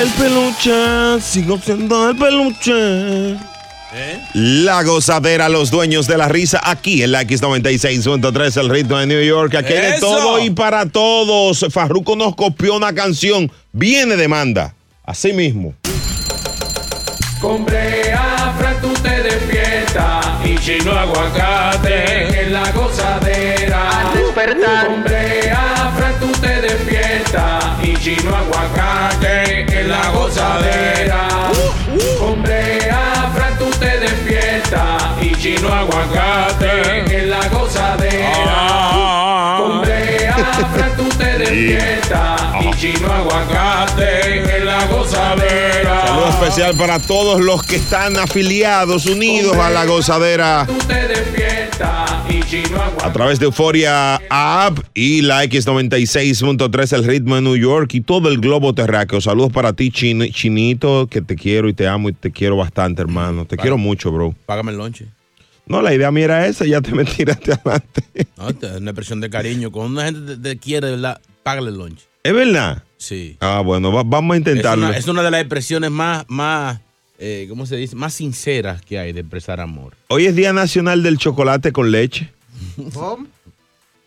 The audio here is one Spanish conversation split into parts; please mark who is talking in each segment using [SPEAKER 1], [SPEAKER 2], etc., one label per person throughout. [SPEAKER 1] El peluche, sigo siendo el peluche.
[SPEAKER 2] ¿Eh? La gozadera, los dueños de la risa, aquí en la X96.3, el ritmo de New York. Aquí hay de
[SPEAKER 3] ¡Eso!
[SPEAKER 2] todo y para todos. Farruko nos copió una canción. Viene demanda. Así mismo.
[SPEAKER 4] Con Brea, Fran, tú te despiertas y chino aguacate en la gozadera. Al despertar. Con Brea, Fran, tú te despiertas y chino aguacate en la gozadera. Con Brea, Fran, tú te despiertas y chino aguacate en la gozadera. Con Brea, Fran, tú te despiertas y chino aguacate en la gozadera.
[SPEAKER 2] Saludo especial para todos los que están afiliados, unidos a la gozadera.
[SPEAKER 4] te despierta y Chino
[SPEAKER 2] A través de Euforia App y la X96.3, el ritmo de New York y todo el globo terráqueo. Saludos para ti, Chin- Chinito, que te quiero y te amo y te quiero bastante, hermano. Te quiero mucho, bro.
[SPEAKER 5] Págame el lonche.
[SPEAKER 2] No, la idea mía era esa, ya te me tiraste adelante.
[SPEAKER 5] No, esta es una expresión de cariño. Cuando una gente te, te quiere, de ¿verdad? Págale el lonche.
[SPEAKER 2] ¿Es verdad?
[SPEAKER 5] Sí.
[SPEAKER 2] Ah, bueno, va- vamos a
[SPEAKER 5] Es
[SPEAKER 2] intentarlo.
[SPEAKER 5] una, es una de las expresiones más, más eh, ¿cómo se dice? Más sinceras que hay de expresar amor.
[SPEAKER 2] Hoy es Día Nacional del Chocolate con Leche.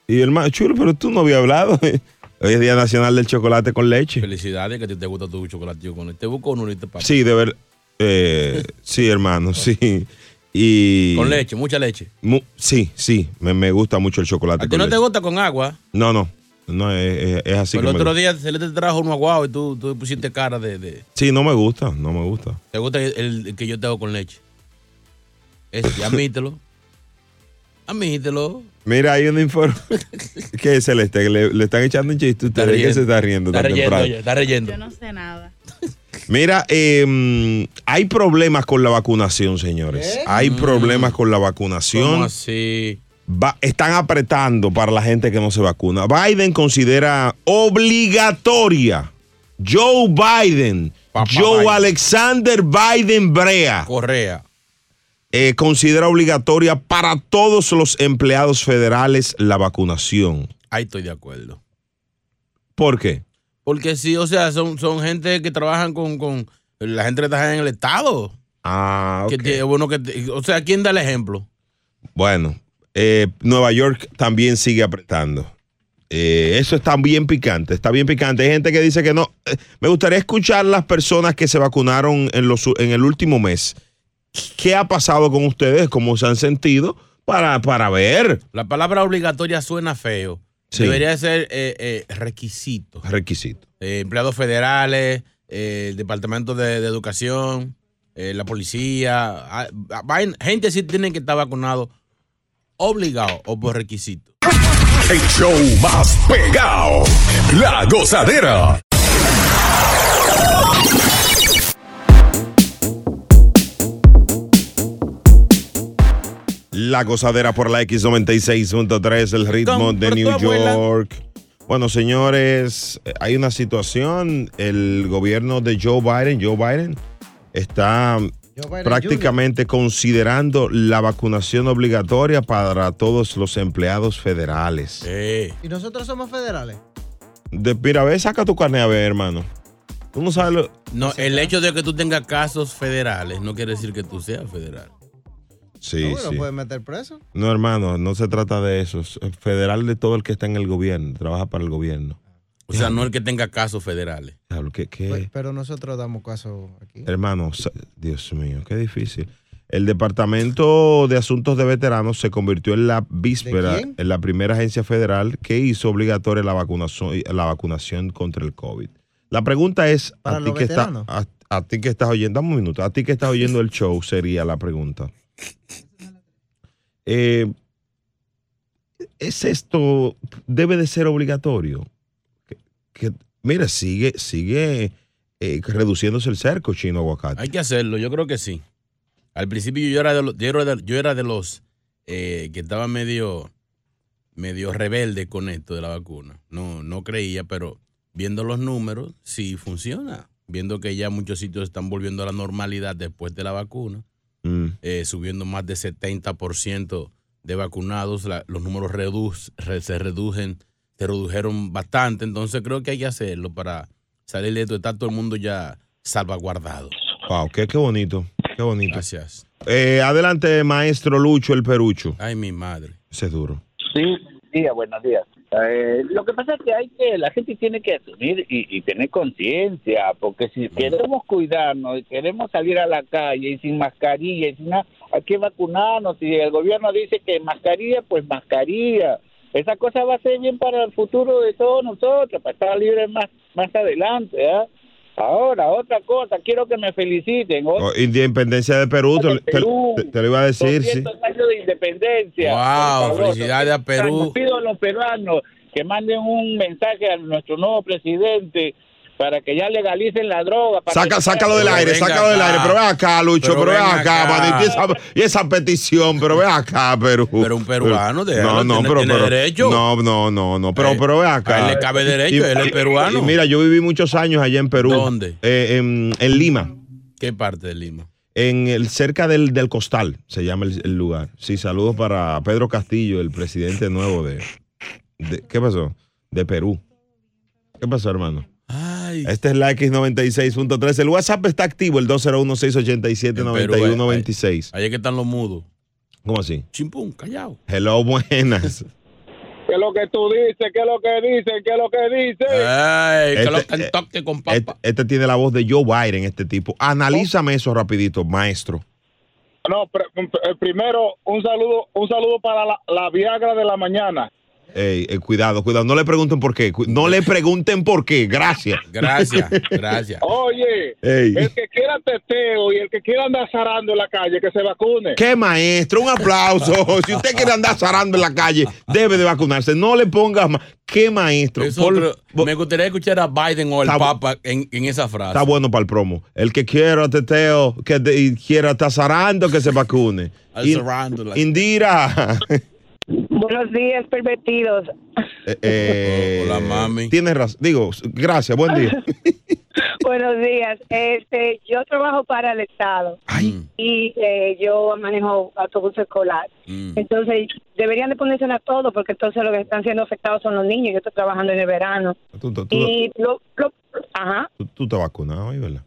[SPEAKER 2] Y hermano, chulo, pero tú no había hablado. Hoy es Día Nacional del Chocolate con Leche.
[SPEAKER 5] Felicidades que a ti te gusta tu chocolate con Te busco uno ahorita para.
[SPEAKER 2] Sí, de ver. eh, sí, hermano, sí. Y.
[SPEAKER 5] Con leche, mucha leche.
[SPEAKER 2] Mu- sí, sí, me, me gusta mucho el chocolate.
[SPEAKER 5] A ti
[SPEAKER 2] con
[SPEAKER 5] no te
[SPEAKER 2] leche.
[SPEAKER 5] gusta con agua.
[SPEAKER 2] No, no, no, es, es- es así. que
[SPEAKER 5] Pero el
[SPEAKER 2] me
[SPEAKER 5] otro
[SPEAKER 2] gusta.
[SPEAKER 5] día se le te trajo uno aguado y tú, tú pusiste cara de. de-
[SPEAKER 2] Sí, no me gusta, no me gusta.
[SPEAKER 5] ¿Te gusta el, el que yo te hago con leche? Ese, admítelo. admítelo.
[SPEAKER 2] Mira, hay una información. ¿Qué es Celeste? Que Le, le están echando un chiste. ¿Usted ve que se está riendo
[SPEAKER 5] Está
[SPEAKER 2] tan
[SPEAKER 5] reyendo,
[SPEAKER 2] temprano?
[SPEAKER 5] oye, está reyendo.
[SPEAKER 6] No sé nada.
[SPEAKER 2] Mira, eh, hay problemas con la vacunación, señores. Hay problemas con la vacunación.
[SPEAKER 5] Mm. ¿Cómo así?
[SPEAKER 2] Va- están apretando para la gente que no se vacuna. Biden considera obligatoria. Joe Biden, Joe
[SPEAKER 5] Biden.
[SPEAKER 2] Alexander Biden Brea,
[SPEAKER 5] Correa.
[SPEAKER 2] eh, considera obligatoria para todos los empleados federales la vacunación.
[SPEAKER 5] Ahí estoy de acuerdo.
[SPEAKER 2] ¿Por qué?
[SPEAKER 5] Porque sí, o sea, son, son gente que trabajan con, con la gente que trabaja en el Estado.
[SPEAKER 2] Ah,
[SPEAKER 5] Que
[SPEAKER 2] ok.
[SPEAKER 5] te- bueno, que te- o sea, ¿quién da el ejemplo?
[SPEAKER 2] Bueno, eh, Nueva York también sigue apretando. Eh, eso está bien picante, está bien picante. Hay gente que dice que no. Eh, me gustaría escuchar las personas que se vacunaron en, los, u- en el último mes. ¿Qué ha pasado con ustedes? ¿Cómo se han sentido? Para, para ver.
[SPEAKER 5] La palabra obligatoria suena feo.
[SPEAKER 2] Sí.
[SPEAKER 5] Debería ser eh, eh, requisito.
[SPEAKER 2] Requisito.
[SPEAKER 5] Eh, empleados federales, eh, el Departamento de, de Educación, eh, la policía. ah, ah, vain- gente sí tiene que estar vacunado obligado o por requisito.
[SPEAKER 7] El show más pegado. La gozadera.
[SPEAKER 2] La gozadera por la X96.3, el ritmo
[SPEAKER 5] Con-
[SPEAKER 2] de
[SPEAKER 5] por tu
[SPEAKER 2] New
[SPEAKER 5] abuela.
[SPEAKER 2] York. Bueno, señores, eh, hay una situación. El gobierno de Joe Biden, Joe Biden, está prácticamente considerando la vacunación obligatoria para todos los empleados federales.
[SPEAKER 5] Eh,
[SPEAKER 8] Y nosotros somos federales.
[SPEAKER 2] De, mira, ve, saca tu carne a ver, hermano. Tú no sabes lo-
[SPEAKER 5] no, el hecho de que tú tengas casos federales no quiere decir que tú seas federal.
[SPEAKER 2] Sí,
[SPEAKER 8] no, pues
[SPEAKER 2] sí.
[SPEAKER 8] pueden meter preso.
[SPEAKER 2] No, hermano, no se trata de eso. Es federal de todo el que está en el gobierno, trabaja para el gobierno.
[SPEAKER 5] O sea, no el que tenga casos federales.
[SPEAKER 2] Diablo, ¿Qué, qué?
[SPEAKER 8] Pe- Pero nosotros damos caso aquí.
[SPEAKER 2] Hermano, sa- Dios mío, qué difícil. El Departamento de Asuntos de Veteranos se convirtió en la víspera,
[SPEAKER 8] ¿De quién?
[SPEAKER 2] en la primera agencia federal que hizo obligatoria la vacunación, la vacunación contra el COVID. La pregunta es, a
[SPEAKER 8] Para
[SPEAKER 2] ti,
[SPEAKER 8] los
[SPEAKER 2] que estás,
[SPEAKER 8] veteranos.
[SPEAKER 2] a, a ti que estás oyendo, dame un minuto, a ti que estás oyendo el show sería la pregunta. Eh, ¿Es esto, debe de ser obligatorio? Que, que- mira, sigue, sigue eh, reduciéndose el cerco chino aguacate.
[SPEAKER 5] Hay que hacerlo, yo creo que sí. Al principio yo era de los, yo era de, yo era de los eh, que estaba medio, medio rebelde con esto de la vacuna. No, no creía, pero viendo los números, sí funciona. Viendo que ya muchos sitios están volviendo a la normalidad después de la vacuna,
[SPEAKER 2] Mm.
[SPEAKER 5] eh, subiendo más de 70% de vacunados, la- los números reduc- re- se reducen, se redujeron bastante. Entonces creo que hay que hacerlo para salir de esto. Está todo el mundo ya salvaguardado.
[SPEAKER 2] Wow, qué, qué bonito, qué bonito.
[SPEAKER 5] Gracias.
[SPEAKER 2] Eh, adelante, maestro Lucho, el perucho.
[SPEAKER 5] Ay, mi madre.
[SPEAKER 2] Ese es duro.
[SPEAKER 3] Sí, día, buenos días. Eh, lo que pasa es que hay que la gente tiene que asumir y, y tener conciencia, porque si queremos cuidarnos, y queremos salir a la calle y sin mascarilla, y sin nada, hay que vacunarnos. Si el gobierno dice que mascarilla, pues mascarilla. Esa cosa va a ser bien para el futuro de todos nosotros, para estar libres más más adelante. ¿ah? Ahora, otra cosa, quiero que me feliciten.
[SPEAKER 2] Oh, independencia de Perú, te, lo- te lo- te- te lo iba a decir, sí.
[SPEAKER 3] 200 años de independencia.
[SPEAKER 5] Wow,
[SPEAKER 3] Por favor,
[SPEAKER 5] felicidades a Perú.
[SPEAKER 3] nos pido a los peruanos que manden un mensaje a nuestro nuevo presidente para que ya legalicen la droga. para
[SPEAKER 2] Saca,
[SPEAKER 3] que-
[SPEAKER 2] sácalo del
[SPEAKER 5] Pero
[SPEAKER 2] aire,
[SPEAKER 5] venga
[SPEAKER 2] sácalo del
[SPEAKER 5] acá.
[SPEAKER 2] aire. Pero ve acá, Lucho, pero,
[SPEAKER 5] Pero
[SPEAKER 2] ve
[SPEAKER 5] ven
[SPEAKER 2] acá,
[SPEAKER 5] acá.
[SPEAKER 2] manito, y, esa, y esa petición, pero ve acá, Perú.
[SPEAKER 5] Pero un peruano,
[SPEAKER 2] No,
[SPEAKER 5] déjalo,
[SPEAKER 2] no,
[SPEAKER 5] tiene-
[SPEAKER 2] pero,
[SPEAKER 5] tiene
[SPEAKER 2] pero-
[SPEAKER 5] derecho.
[SPEAKER 2] No, no, no, no, pero,
[SPEAKER 5] Eh,
[SPEAKER 2] pero ve
[SPEAKER 5] a
[SPEAKER 2] acá.
[SPEAKER 5] él le cabe derecho, él es peruano.
[SPEAKER 2] y mira, yo viví muchos años allá en Perú.
[SPEAKER 5] ¿Dónde?
[SPEAKER 2] Eh, en, en Lima,
[SPEAKER 5] ¿Qué parte de Lima?
[SPEAKER 2] en el, cerca del, del Costal, se llama el, el lugar. Sí, saludos para Pedro Castillo, el presidente nuevo de, de- ¿Qué pasó? De Perú. ¿Qué pasó, hermano?
[SPEAKER 5] Ay,
[SPEAKER 2] Esta es la X96.3. El WhatsApp está activo, el 201-687-9126.
[SPEAKER 5] allá que están los mudos.
[SPEAKER 2] ¿Cómo así?
[SPEAKER 5] Chimpún, callado.
[SPEAKER 2] Hello, buenas.
[SPEAKER 3] ¿Qué es lo que tú dices? ¿Qué es lo que dicen? ¿Qué es lo que dicen?
[SPEAKER 5] Ay,
[SPEAKER 2] Este-
[SPEAKER 5] que lo can toque con
[SPEAKER 2] Este,
[SPEAKER 5] papa.
[SPEAKER 2] este tiene la voz de Joe Biden, este tipo.
[SPEAKER 5] Oh.
[SPEAKER 2] Analízame eso rapidito, maestro.
[SPEAKER 3] No, pr- pr- primero un saludo, un saludo para la, la Viagra de la mañana.
[SPEAKER 2] Ey, eh, cuidado, cuidado. No le pregunten por qué. Cu- No le pregunten por qué. Gracias.
[SPEAKER 5] Gracias, gracias.
[SPEAKER 3] Oye,
[SPEAKER 2] Ey.
[SPEAKER 3] el que quiera teteo y el que quiera andar zarando en la calle, que se vacune.
[SPEAKER 2] ¡Qué maestro! Un aplauso. Si usted quiere andar zarando en la calle, debe de vacunarse. No le pongas más. ¡Qué maestro!
[SPEAKER 5] Eso
[SPEAKER 2] Por-
[SPEAKER 5] otro-
[SPEAKER 2] por-
[SPEAKER 5] me gustaría escuchar a Biden o el
[SPEAKER 2] Está bu-
[SPEAKER 5] Papa en, en esa frase.
[SPEAKER 2] Está bueno para el promo. El que quiera teteo, que de- y quiera estar zarando, que se vacune.
[SPEAKER 5] Al
[SPEAKER 2] In-
[SPEAKER 5] zarándola.
[SPEAKER 2] Indira.
[SPEAKER 6] Buenos días, pervertidos.
[SPEAKER 2] Eh, eh,
[SPEAKER 5] Hola, mami.
[SPEAKER 2] Tienes razón. Digo, gracias, buen día.
[SPEAKER 6] Buenos días. Este, yo trabajo para el Estado
[SPEAKER 5] Mm,
[SPEAKER 6] y eh, yo manejo autobús escolar.
[SPEAKER 5] mm.
[SPEAKER 6] Entonces, deberían de ponerse a todo porque entonces los que están siendo afectados son los niños. Yo estoy trabajando en el verano.
[SPEAKER 2] Tú, tú- tú-
[SPEAKER 6] Y lo, lo- ajá,
[SPEAKER 2] tú- tú te has vacunado hoy, ¿verdad?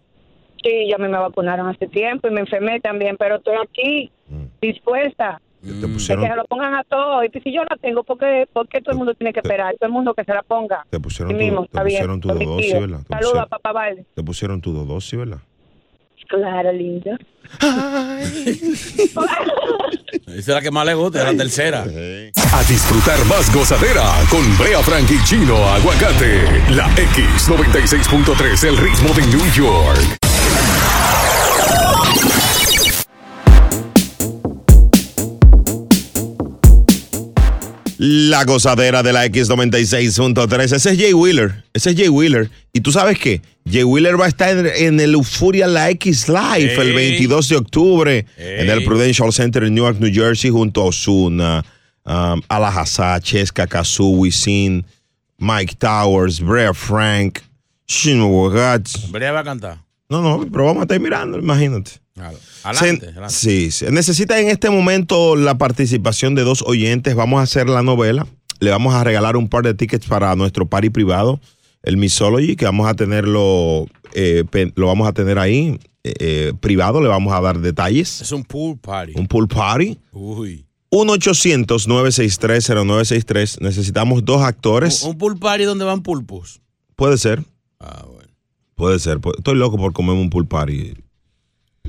[SPEAKER 6] sí, ya a mí me vacunaron hace tiempo y me enfermé también, pero estoy aquí
[SPEAKER 2] Mm.
[SPEAKER 6] dispuesta
[SPEAKER 2] Te- Te
[SPEAKER 5] Mm.
[SPEAKER 6] a que
[SPEAKER 2] pusieron,
[SPEAKER 6] se lo pongan a todos. Y si yo la tengo, porque porque todo el mundo tiene que esperar? Todo el mundo que se la ponga.
[SPEAKER 2] te pusieron
[SPEAKER 6] Sí
[SPEAKER 2] tu,
[SPEAKER 6] mismo,
[SPEAKER 2] te
[SPEAKER 6] está bien.
[SPEAKER 2] pusieron tu
[SPEAKER 6] positivo.
[SPEAKER 2] dosis, ¿verdad? Te
[SPEAKER 6] Saludos a
[SPEAKER 2] pusieron,
[SPEAKER 6] papá Valde.
[SPEAKER 2] te pusieron tu dosis, ¿verdad?
[SPEAKER 6] Claro, linda.
[SPEAKER 5] Esa es la que más le gusta, es la tercera.
[SPEAKER 7] A disfrutar más gozadera con Brea Frank y Chino Aguacate. La X96.3, el ritmo de New York.
[SPEAKER 2] La gozadera de la X96.3. Ese es Jay Wheeler. Ese es Jay Wheeler. ¿Y tú sabes qué? Jay Wheeler va a estar en, en el Euphoria La X Live el
[SPEAKER 5] Ey.
[SPEAKER 2] 22 de octubre en el
[SPEAKER 5] Ey.
[SPEAKER 2] Prudential Center en Newark, New Jersey, junto a Osuna, um, Alajazá, Chesca, Kazoo, Wisin, Mike Towers, Brea Frank, Shino Wagats.
[SPEAKER 5] Brea va a cantar.
[SPEAKER 2] No, no, pero vamos a estar mirando, imagínate.
[SPEAKER 5] Claro. Adelante,
[SPEAKER 2] Se-
[SPEAKER 5] adelante.
[SPEAKER 2] Sí, se necesita en este momento la participación de dos oyentes. Vamos a hacer la novela. Le vamos a regalar un par de tickets para nuestro party privado, el Mixology, que vamos a tenerlo, eh, pen- lo vamos a tener ahí eh, eh, privado. Le vamos a dar detalles.
[SPEAKER 5] Es un pool party.
[SPEAKER 2] Un pool party.
[SPEAKER 5] Uy.
[SPEAKER 2] 1-800-963-0963. Necesitamos dos actores.
[SPEAKER 5] Un, un pool party donde van pulpos.
[SPEAKER 2] Puede ser,
[SPEAKER 5] Ah, bueno.
[SPEAKER 2] puede ser. Pu- Estoy loco por comerme un pool party.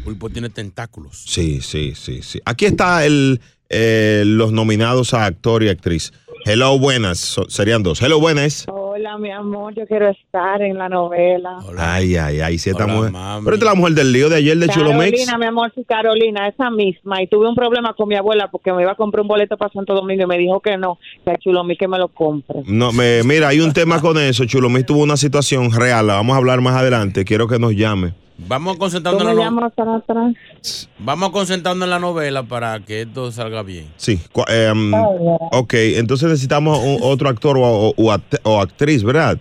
[SPEAKER 5] Pulpo tiene tentáculos.
[SPEAKER 2] Sí, sí, sí, sí. Aquí está el eh, los nominados a actor y actriz. Hello, buenas. So- serían dos. Hello, buenas.
[SPEAKER 6] Hola, Hola, mi amor, yo quiero estar en la novela.
[SPEAKER 5] Hola.
[SPEAKER 2] Ay, ay, ay, si esta
[SPEAKER 5] Hola,
[SPEAKER 2] mujer.
[SPEAKER 5] mami.
[SPEAKER 2] Pero esta es la mujer del lío de ayer de Chulomex.
[SPEAKER 6] Carolina, mi amor, sí, Carolina, esa misma. Y tuve un problema con mi abuela porque me iba a comprar un boleto para Santo Domingo y me dijo que no, que a Chulomil que me lo compre.
[SPEAKER 2] No, me- mira, hay un tema con eso. Chulomex tuvo una situación real, la vamos a hablar más adelante. Quiero que nos llame.
[SPEAKER 5] Vamos
[SPEAKER 6] ¿Tú
[SPEAKER 5] concentrándonos,
[SPEAKER 6] me
[SPEAKER 5] en lo-
[SPEAKER 6] llamas para atrás?
[SPEAKER 5] vamos concentrándonos en la novela para que esto salga bien.
[SPEAKER 2] Sí. cua- em, ok, entonces necesitamos un- otro actor o, o- o act- o actriz, ¿verdad?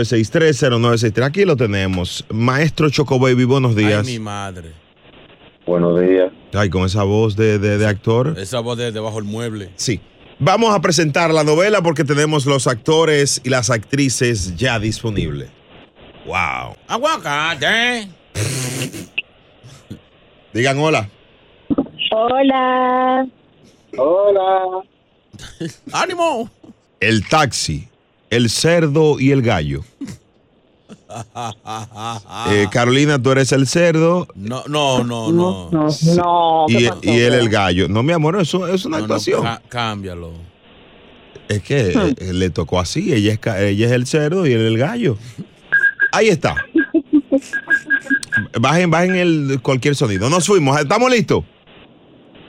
[SPEAKER 2] 1-800-963-0963. Aquí lo tenemos. Maestro Choco Baby, buenos días.
[SPEAKER 5] Ay, mi madre.
[SPEAKER 3] Buenos días.
[SPEAKER 2] Ay, con esa voz de, de- de actor.
[SPEAKER 5] Esa voz de debajo del mueble.
[SPEAKER 2] Sí. Vamos a presentar la novela porque tenemos los actores y las actrices ya disponibles. Wow.
[SPEAKER 5] Aguacate.
[SPEAKER 2] Digan hola.
[SPEAKER 6] Hola.
[SPEAKER 3] Hola.
[SPEAKER 5] ¡Ánimo!
[SPEAKER 2] El taxi, el cerdo y el gallo.
[SPEAKER 6] Ah.
[SPEAKER 2] Eh, Carolina, tú eres el cerdo
[SPEAKER 5] No, no, no, no.
[SPEAKER 6] No,
[SPEAKER 2] Sí.
[SPEAKER 6] no, ¿qué
[SPEAKER 2] y,
[SPEAKER 6] pasó?
[SPEAKER 2] y él el gallo. No, mi amor, eso es una
[SPEAKER 5] No, no,
[SPEAKER 2] actuación.
[SPEAKER 5] ca- cámbialo.
[SPEAKER 2] es que eh, le tocó así. Ella es, ca- ella es el cerdo y él el gallo. Ahí está. Bajen, bajen el, cualquier sonido. Nos fuimos. ¿Estamos listos?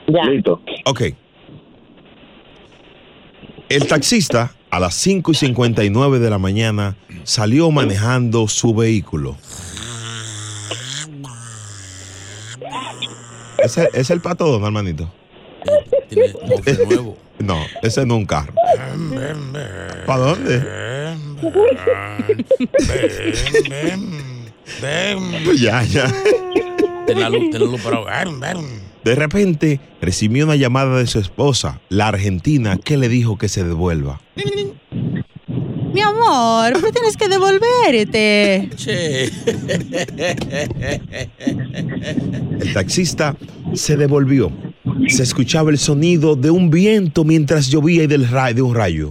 [SPEAKER 6] Ya.
[SPEAKER 3] Listo.
[SPEAKER 2] Ok. El taxista a las 5 y 59 de la mañana salió manejando su vehículo. Ese es el pato Donald, hermanito.
[SPEAKER 5] Tiene mofle nuevo.
[SPEAKER 2] No, ese no es un carro. ¿Para dónde? Pues ya, ya.
[SPEAKER 5] Ten la luz, ten la luz parado.
[SPEAKER 2] De repente recibió una llamada de su esposa, la argentina, que le dijo que se devuelva.
[SPEAKER 9] Mi amor, pero tienes que devolverte.
[SPEAKER 5] Che.
[SPEAKER 2] El taxista se devolvió. Se escuchaba el sonido de un viento mientras llovía y del ra- de un rayo.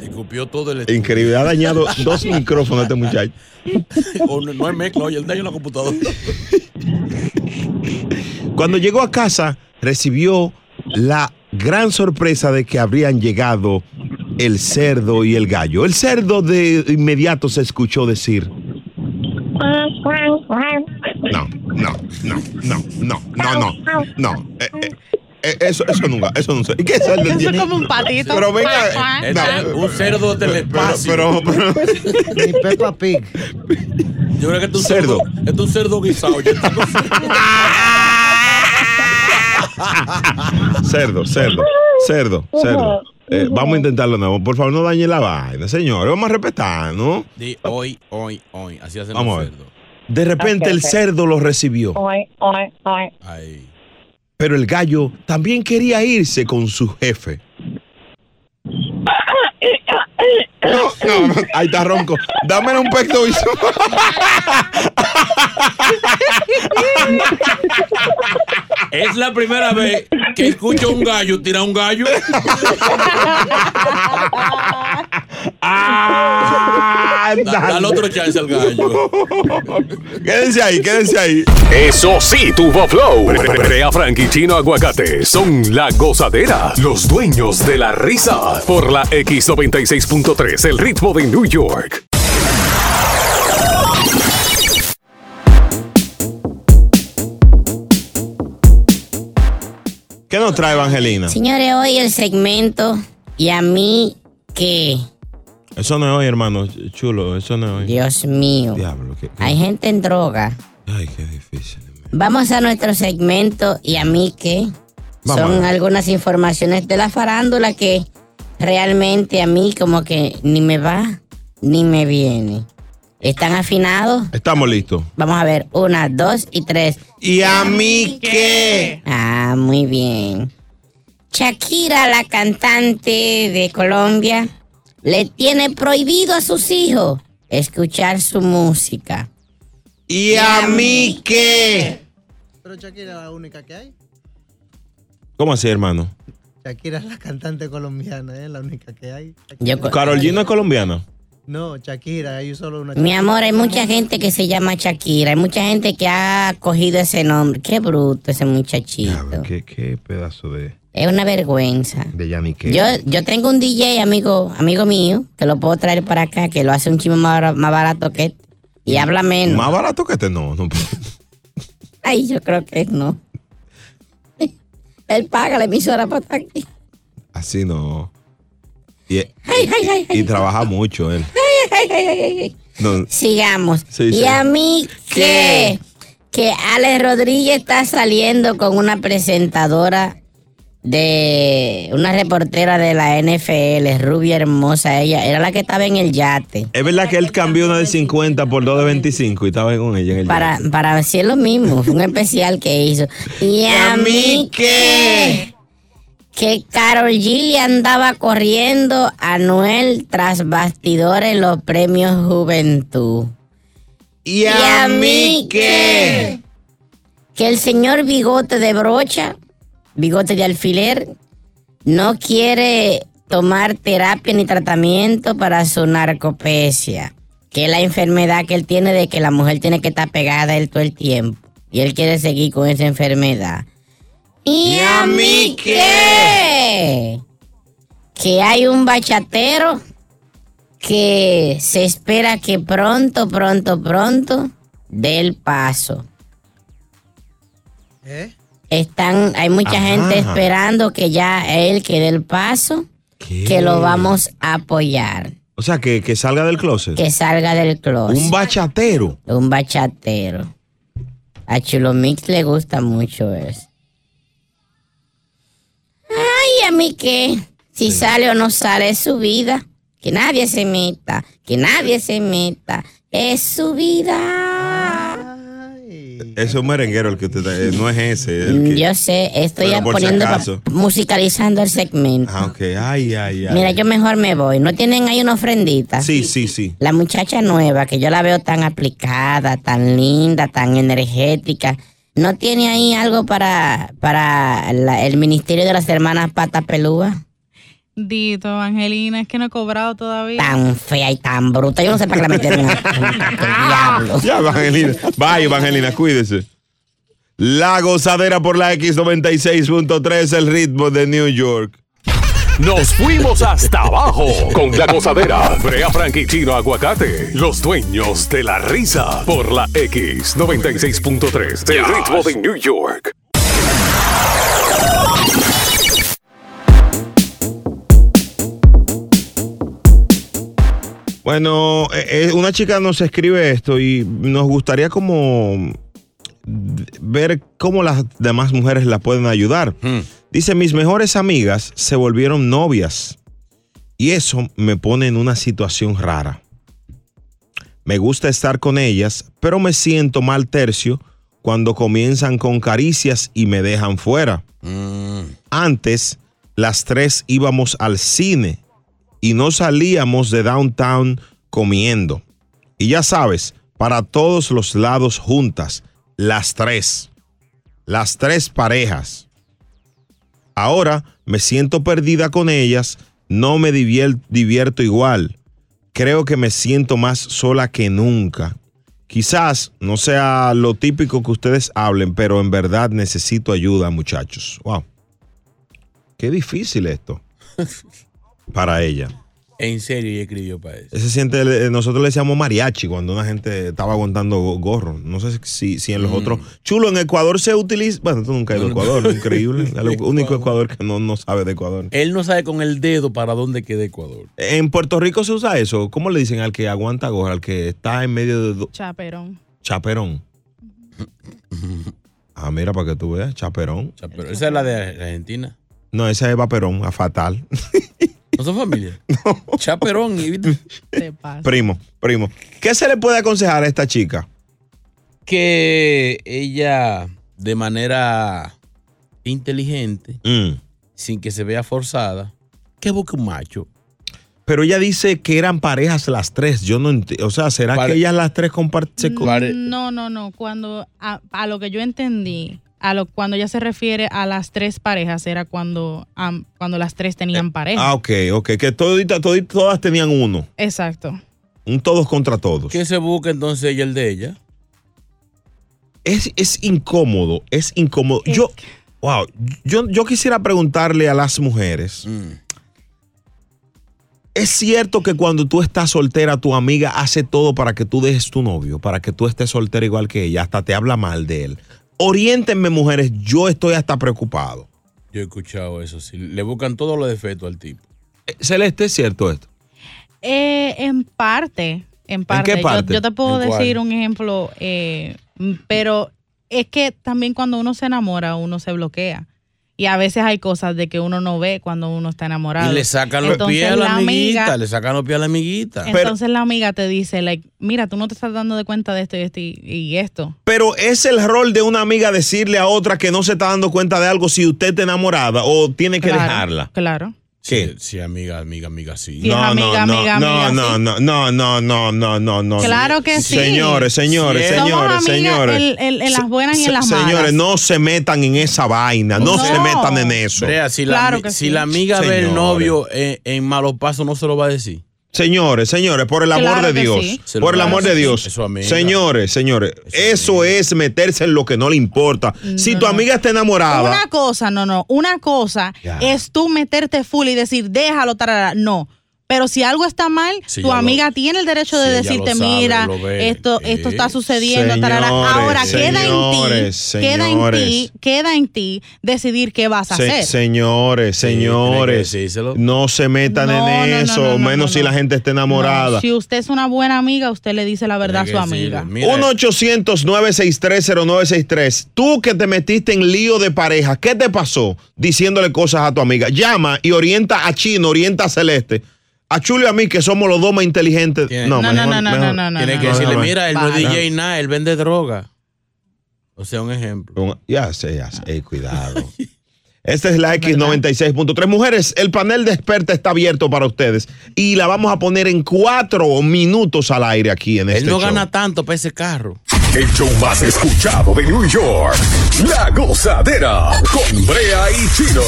[SPEAKER 5] Escupió todo el estudio.
[SPEAKER 2] Increíble, ha dañado dos micrófonos este muchacho.
[SPEAKER 5] Oh, no, no es mezcla, oye, el daño en la computadora.
[SPEAKER 2] Cuando llegó a casa, recibió la gran sorpresa de que habrían llegado el cerdo y el gallo. El cerdo de inmediato se escuchó decir, no, no, no, no, no, no, no, no. eh, eh, eh, eso, eso nunca, eso no sé. ¿Y qué es el del-
[SPEAKER 9] Eso es como un patito.
[SPEAKER 2] Pero venga, eh,
[SPEAKER 9] Cuac,
[SPEAKER 5] Este
[SPEAKER 2] No.
[SPEAKER 5] es un cerdo del
[SPEAKER 2] Pero,
[SPEAKER 5] espacio.
[SPEAKER 2] pero, pero-
[SPEAKER 8] Ni Peppa Pig.
[SPEAKER 5] Yo creo que este es un
[SPEAKER 2] Cerdo.
[SPEAKER 5] cerdo. Este es un cerdo guisado. Yo tengo cerdo.
[SPEAKER 2] cerdo, cerdo, cerdo, cerdo. Eh, vamos a intentarlo de nuevo. Por favor, no dañe la vaina, señores. Vamos a respetar, ¿no?
[SPEAKER 5] Di hoy, hoy, hoy. Así hacen
[SPEAKER 2] Vamos a
[SPEAKER 5] los
[SPEAKER 2] ver.
[SPEAKER 5] cerdos.
[SPEAKER 2] De repente
[SPEAKER 6] Ok,
[SPEAKER 2] el
[SPEAKER 6] ok.
[SPEAKER 2] cerdo lo recibió,
[SPEAKER 6] Ay, ay, ay.
[SPEAKER 5] Ahí.
[SPEAKER 2] pero el gallo también quería irse con su jefe. No, no, no. ahí está ronco. Dame un pecto
[SPEAKER 5] Es la primera vez que escucho un gallo tirar un gallo.
[SPEAKER 2] Ah,
[SPEAKER 5] Da- Dale otro chance al gallo.
[SPEAKER 2] Quédense ahí, quédense ahí.
[SPEAKER 7] Eso sí, tuvo flow. Brea Frank y Chino Aguacate son la gozadera, los dueños de la risa. Por la X96.3, el ritmo de New York.
[SPEAKER 2] ¿Qué nos trae Evangelina?
[SPEAKER 10] Señores, hoy el segmento y a mí que,
[SPEAKER 2] Eso no es hoy, hermano. Chulo, eso no es hoy.
[SPEAKER 10] Dios mío,
[SPEAKER 2] Diablo, qué, qué-
[SPEAKER 10] hay gente en droga.
[SPEAKER 2] ay, qué difícil.
[SPEAKER 10] Vamos a nuestro segmento y a mí que
[SPEAKER 2] Vamos a
[SPEAKER 10] son
[SPEAKER 2] ver.
[SPEAKER 10] algunas informaciones de la farándula que realmente a mí como que ni me va ni me viene. ¿Están afinados?
[SPEAKER 2] Estamos listos.
[SPEAKER 10] Vamos a ver, una, dos y tres.
[SPEAKER 2] ¿Y a mí qué?
[SPEAKER 10] Ah, muy bien. Shakira, la cantante de Colombia, le tiene prohibido a sus hijos escuchar su música.
[SPEAKER 2] ¿Y a mí qué?
[SPEAKER 8] Pero Shakira es la única que hay.
[SPEAKER 2] ¿Cómo así, hermano?
[SPEAKER 8] Shakira es la cantante colombiana, es la única que hay.
[SPEAKER 10] Yo co-
[SPEAKER 2] ¿Carol G no es colombiana?
[SPEAKER 8] No, Shakira, hay solo una
[SPEAKER 10] Mi amor, hay mucha gente que se llama Shakira, hay mucha gente que ha cogido ese nombre. Qué bruto ese muchachito.
[SPEAKER 2] Qué, qué pedazo de,
[SPEAKER 10] Es una vergüenza.
[SPEAKER 2] de Yanique.
[SPEAKER 10] Yo, yo tengo un DJ, amigo, amigo mío, que lo puedo traer para acá, que lo hace un chingo más, bar- más barato que este, y habla menos.
[SPEAKER 2] Más barato que este, no. no.
[SPEAKER 10] Ay, yo creo que no. Él paga la emisora para estar aquí.
[SPEAKER 2] Así no. Y,
[SPEAKER 10] Ay, ay, ay, ay.
[SPEAKER 2] y trabaja mucho él.
[SPEAKER 10] Ay, ay, ay, ay, ay.
[SPEAKER 2] No,
[SPEAKER 10] Sigamos.
[SPEAKER 2] Sí,
[SPEAKER 10] y
[SPEAKER 2] sí.
[SPEAKER 10] a mí que, que Alex Rodríguez está saliendo con una presentadora de una reportera de la NFL, rubia hermosa, ella era la que estaba en el yate.
[SPEAKER 2] es verdad que él cambió una de 50 por dos de 25 y estaba con ella en el
[SPEAKER 10] Para, para decir lo mismo, fue un especial que hizo. Y a mí que que Carol G le andaba corriendo a Noel tras bastidores los premios Juventud.
[SPEAKER 2] ¿Y
[SPEAKER 10] a mí qué? Que el señor bigote de brocha, bigote de alfiler, no quiere tomar terapia ni tratamiento para su narcopecia, que es la enfermedad que él tiene de que la mujer tiene que estar pegada a él todo el tiempo. Y él quiere seguir con esa enfermedad. ¿Y a mí qué? Que hay un bachatero que se espera que pronto, pronto, pronto dé el paso.
[SPEAKER 8] ¿Eh?
[SPEAKER 10] Están, hay mucha
[SPEAKER 2] Ajá.
[SPEAKER 10] gente esperando que ya él que dé el paso,
[SPEAKER 2] ¿Qué?
[SPEAKER 10] que lo vamos a apoyar,
[SPEAKER 2] O sea, que, que salga del closet.
[SPEAKER 10] que salga
[SPEAKER 2] Un
[SPEAKER 10] del closet.
[SPEAKER 2] bachatero.
[SPEAKER 10] Un, bachatero. A Chulomix le gusta mucho eso. Ay, a mí qué. Si sale o no sale es su vida. Que nadie se meta, que nadie se meta. Es su vida.
[SPEAKER 8] Ay.
[SPEAKER 2] Ese es un merenguero el que usted está- eh, no es ese. el que-
[SPEAKER 10] Yo sé, estoy
[SPEAKER 2] Pero por si
[SPEAKER 10] poniendo, pa-
[SPEAKER 2] acaso.
[SPEAKER 10] musicalizando el segmento.
[SPEAKER 2] Ah, ok. Ay, ay, ay.
[SPEAKER 10] Mira, yo mejor me voy. ¿No tienen ahí una ofrendita?
[SPEAKER 2] Sí, sí, sí.
[SPEAKER 10] La muchacha nueva, que yo la veo tan aplicada, tan linda, tan energética, ¿no tiene ahí algo para, para la- el Ministerio de las Hermanas Patas Pelúas?
[SPEAKER 9] Dito, Angelina, es que no he cobrado todavía.
[SPEAKER 10] Tan fea y tan bruta. Yo no sé para qué la metieron. ahí. ¡Qué diablo!
[SPEAKER 2] Ya, Evangelina. Bye, Evangelina, cuídese. La gozadera por la X96.3, el ritmo de New York.
[SPEAKER 7] Nos fuimos hasta abajo con la gozadera. Brea Frank y Chino Aguacate, los dueños de la risa por la X96.3, el ritmo de New York.
[SPEAKER 2] Bueno, eh, eh, una chica nos escribe esto y nos gustaría como d- ver cómo las demás mujeres la pueden ayudar.
[SPEAKER 5] Hmm.
[SPEAKER 2] Dice, mis mejores amigas se volvieron novias y eso me pone en una situación rara. Me gusta estar con ellas, pero me siento mal tercio cuando comienzan con caricias y me dejan fuera. Antes, las tres íbamos al cine y no salíamos de downtown comiendo. Y ya sabes, para todos los lados juntas, las tres, las tres parejas. Ahora me siento perdida con ellas, no me divier- divierto igual. Creo que me siento más sola que nunca. Quizás no sea lo típico que ustedes hablen, pero en verdad necesito ayuda, muchachos. Wow. Qué difícil esto para ella.
[SPEAKER 5] En serio, ella escribió para eso.
[SPEAKER 2] Ese siente, le- nosotros le decíamos mariachi cuando una gente estaba aguantando go- gorro. No sé si, si en los otros. Chulo, en Ecuador se utiliza. Bueno, tú nunca has ido a Ecuador, increíble. El único Ecuador que no, no sabe de Ecuador.
[SPEAKER 5] Él no sabe con el dedo para dónde queda Ecuador.
[SPEAKER 2] En Puerto Rico se usa eso. ¿Cómo le dicen al que aguanta gorro, al que está en medio de do-
[SPEAKER 9] Chaperón.
[SPEAKER 2] chaperón? Ah, mira, para que tú veas, chaperón.
[SPEAKER 5] O sea, pero esa es la de Argentina.
[SPEAKER 2] No, esa es vaperón, a fatal.
[SPEAKER 5] No son familia. Chaperón y
[SPEAKER 9] Te pasa.
[SPEAKER 2] Primo, primo. ¿Qué se le puede aconsejar a esta chica?
[SPEAKER 5] que ella de manera inteligente,
[SPEAKER 2] Mm.
[SPEAKER 5] sin que se vea forzada, que busque un macho.
[SPEAKER 2] Pero ella dice que eran parejas las tres. Yo no entiendo. O sea, ¿será
[SPEAKER 5] Pare-
[SPEAKER 2] que ellas las tres comparten?
[SPEAKER 5] Pare-
[SPEAKER 9] No, no, no. Cuando a, a lo que yo entendí, a lo cuando ya se refiere a las tres parejas era cuando
[SPEAKER 2] Eh,
[SPEAKER 9] am- cuando las tres tenían pareja.
[SPEAKER 2] Ah, ok, ok. Que todita, todi- todas tenían uno.
[SPEAKER 9] Exacto.
[SPEAKER 2] Un todos contra todos.
[SPEAKER 5] ¿Qué se busca entonces ella el de ella?
[SPEAKER 2] Es, es incómodo, es incómodo. Yo, wow, yo, yo quisiera preguntarle a las mujeres. ¿Es cierto que cuando tú estás soltera, tu amiga hace todo para que tú dejes tu novio, para que tú estés soltera igual que ella, hasta te habla mal de él? Oriéntenme, mujeres, yo estoy hasta preocupado.
[SPEAKER 5] Yo he escuchado eso, sí. Le buscan todos los defectos al tipo.
[SPEAKER 2] Eh, Celeste, ¿es cierto esto?
[SPEAKER 9] Eh, en parte, en parte.
[SPEAKER 2] qué
[SPEAKER 9] Yo-
[SPEAKER 2] parte?
[SPEAKER 9] Yo, te puedo
[SPEAKER 2] ¿En cuál?
[SPEAKER 9] decir un ejemplo, eh, m- pero es que también cuando uno se enamora, uno se bloquea. Y a veces hay cosas de que uno no ve cuando uno está enamorado.
[SPEAKER 5] Y le sacan los
[SPEAKER 9] Entonces,
[SPEAKER 5] pies a la amiguita,
[SPEAKER 9] amiga-
[SPEAKER 5] le sacan los pies a la amiguita.
[SPEAKER 9] Entonces la amiga te dice, like, mira, tú no te estás dando de cuenta de esto y esto y- y esto.
[SPEAKER 2] Pero es el rol de una amiga decirle a otra que no se está dando cuenta de algo si usted está enamorada o tiene que
[SPEAKER 9] Claro,
[SPEAKER 2] dejarla.
[SPEAKER 9] Claro.
[SPEAKER 2] ¿Qué?
[SPEAKER 5] eh, Sí, amiga, amiga, amiga, sí.
[SPEAKER 9] Si es
[SPEAKER 2] no,
[SPEAKER 9] amiga, amiga,
[SPEAKER 2] no,
[SPEAKER 9] amiga,
[SPEAKER 2] no, no, no, no, no, no, no, no.
[SPEAKER 9] Claro que sí.
[SPEAKER 2] Señores, señores,
[SPEAKER 9] Somos
[SPEAKER 2] señores,
[SPEAKER 9] amigas
[SPEAKER 2] señores.
[SPEAKER 9] en- en- en las buenas y en
[SPEAKER 2] Se-
[SPEAKER 9] las malas.
[SPEAKER 2] Señores, no se metan en esa vaina, no,
[SPEAKER 5] No.
[SPEAKER 2] se metan en eso.
[SPEAKER 5] Brea, si la, ami- si la amiga ve el
[SPEAKER 2] Señores.
[SPEAKER 5] novio en, en malos pasos, no se lo va a decir.
[SPEAKER 2] Señores, señores, por el amor
[SPEAKER 5] Claro
[SPEAKER 2] de
[SPEAKER 5] que
[SPEAKER 2] Dios.
[SPEAKER 5] sí. Se lo
[SPEAKER 2] Por el
[SPEAKER 5] va a
[SPEAKER 2] amor de
[SPEAKER 5] decir.
[SPEAKER 2] Dios.
[SPEAKER 5] Es su amiga.
[SPEAKER 2] Señores, señores, eso es meterse en lo que no le importa. Si tu amiga está enamorada,
[SPEAKER 9] Una cosa, no, no, una cosa
[SPEAKER 2] Ya.
[SPEAKER 9] es tú meterte full y decir, déjalo, tarara. no. Pero si algo está mal,
[SPEAKER 2] Si
[SPEAKER 9] tu
[SPEAKER 2] ella
[SPEAKER 9] amiga tiene el derecho de
[SPEAKER 2] si ella
[SPEAKER 9] decirte,
[SPEAKER 2] lo sabe,
[SPEAKER 9] mira,
[SPEAKER 2] lo ve,
[SPEAKER 9] esto, esto está sucediendo, tarara.
[SPEAKER 2] Señores,
[SPEAKER 9] Ahora queda en ti,
[SPEAKER 2] señores,
[SPEAKER 9] queda en ti,
[SPEAKER 2] señores.
[SPEAKER 9] queda en ti decidir qué vas a
[SPEAKER 2] Se-
[SPEAKER 9] hacer.
[SPEAKER 2] señores, señores, no se metan
[SPEAKER 9] No, no,
[SPEAKER 2] en
[SPEAKER 9] no,
[SPEAKER 2] eso,
[SPEAKER 9] no, no,
[SPEAKER 2] menos
[SPEAKER 9] no,
[SPEAKER 2] si la gente está enamorada.
[SPEAKER 9] Si usted es una buena amiga, usted le dice la verdad a su amiga.
[SPEAKER 2] eh". 1-800-963-0963. Tú que te metiste en lío de pareja, ¿qué te pasó diciéndole cosas a tu amiga? Llama y orienta a Chino, orienta a Celeste. A Chulo y a mí, que somos los dos más inteligentes. No,
[SPEAKER 5] No,
[SPEAKER 2] mejor-
[SPEAKER 5] no, no, no,
[SPEAKER 2] mejor-
[SPEAKER 5] no, no, Tiene no, que no, decirle, no, no. mira, él no es DJ nada, él vende droga. O sea, un ejemplo.
[SPEAKER 2] Un- Ya sé, ya sé. Ey, cuidado. Esta es la X96.3. Mujeres, el panel de experta está abierto para ustedes y la vamos a poner en cuatro minutos al aire aquí en este
[SPEAKER 5] Él no
[SPEAKER 2] show.
[SPEAKER 5] gana tanto para ese carro.
[SPEAKER 7] El show más escuchado de New York. La gozadera con Brea y Chino.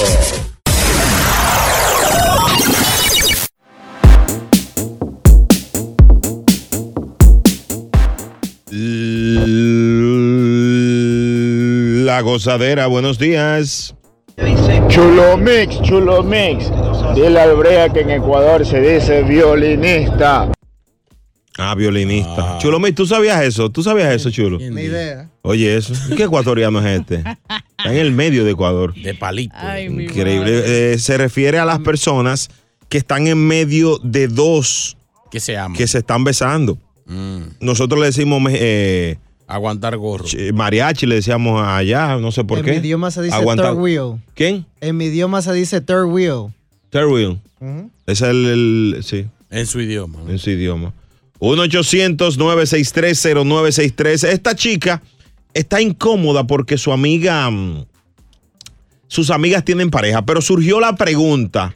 [SPEAKER 2] La gozadera, buenos días.
[SPEAKER 11] Chulo Mix, Chulo Mix. Dile al Brea que en Ecuador se dice violinista.
[SPEAKER 2] Ah, violinista. Chulo, mi, ¿tú sabías eso? ¿Tú sabías eso, Chulo?
[SPEAKER 11] Ni idea.
[SPEAKER 2] Oye, eso. ¿Qué ecuatoriano es este? Está en el medio de Ecuador.
[SPEAKER 5] De palito.
[SPEAKER 2] Increíble. Eh, se refiere a las personas que están en medio de dos
[SPEAKER 5] Que se ama.
[SPEAKER 2] que se están besando. Nosotros le decimos me- eh,
[SPEAKER 5] Mm. Aguantar gorro.
[SPEAKER 2] ch- mariachi, le decíamos allá, no sé por
[SPEAKER 8] en
[SPEAKER 2] qué.
[SPEAKER 8] mi idioma se dice
[SPEAKER 2] Aguantar-
[SPEAKER 8] third wheel.
[SPEAKER 2] ¿Quién?
[SPEAKER 8] En mi idioma se dice third wheel.
[SPEAKER 2] Third wheel. Ese es el, el- sí.
[SPEAKER 5] En su idioma.
[SPEAKER 2] En su idioma. 1-800-963-0963. Esta chica está incómoda porque su amiga, mm, sus amigas tienen pareja, pero surgió la pregunta,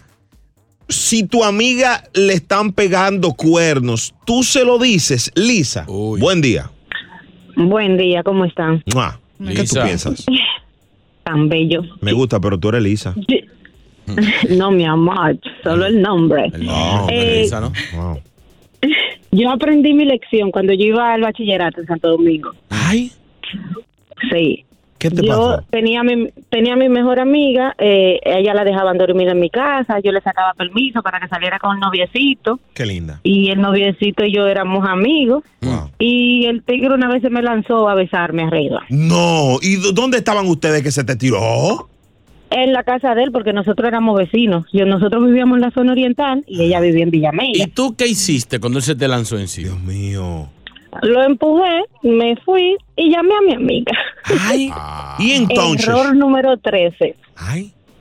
[SPEAKER 2] si tu amiga le están pegando cuernos, tú se lo dices, Lisa, buen día.
[SPEAKER 12] Buen día, ¿cómo están?
[SPEAKER 2] Mua. ¿Qué tú
[SPEAKER 12] Lisa.
[SPEAKER 2] piensas?
[SPEAKER 12] Tan bello.
[SPEAKER 2] Me gusta, pero tú eres Lisa.
[SPEAKER 12] No, mi amor, solo el nombre. Eh,
[SPEAKER 2] Wow.
[SPEAKER 12] Yo aprendí mi lección cuando yo iba al bachillerato en Santo Domingo.
[SPEAKER 2] Ay.
[SPEAKER 12] Sí.
[SPEAKER 2] ¿Qué
[SPEAKER 12] yo tenía mi, tenía mi mejor amiga, eh, ella la dejaban dormir en mi casa, yo le sacaba permiso para que saliera con un noviecito.
[SPEAKER 2] Qué linda.
[SPEAKER 12] Y el noviecito y yo éramos amigos.
[SPEAKER 2] Mm.
[SPEAKER 12] Y el tigre una vez se me lanzó a besarme arriba.
[SPEAKER 2] No, ¿y dó- dónde estaban ustedes que se te tiró?
[SPEAKER 12] En la casa de él, porque nosotros éramos vecinos. Yo, nosotros vivíamos en la zona oriental y ella vivía en Villamella.
[SPEAKER 5] ¿Y tú qué hiciste cuando él se te lanzó encima? Dios
[SPEAKER 2] mío.
[SPEAKER 12] Lo empujé, me fui y llamé a mi amiga.
[SPEAKER 2] ¿Y entonces?
[SPEAKER 12] Error número 13.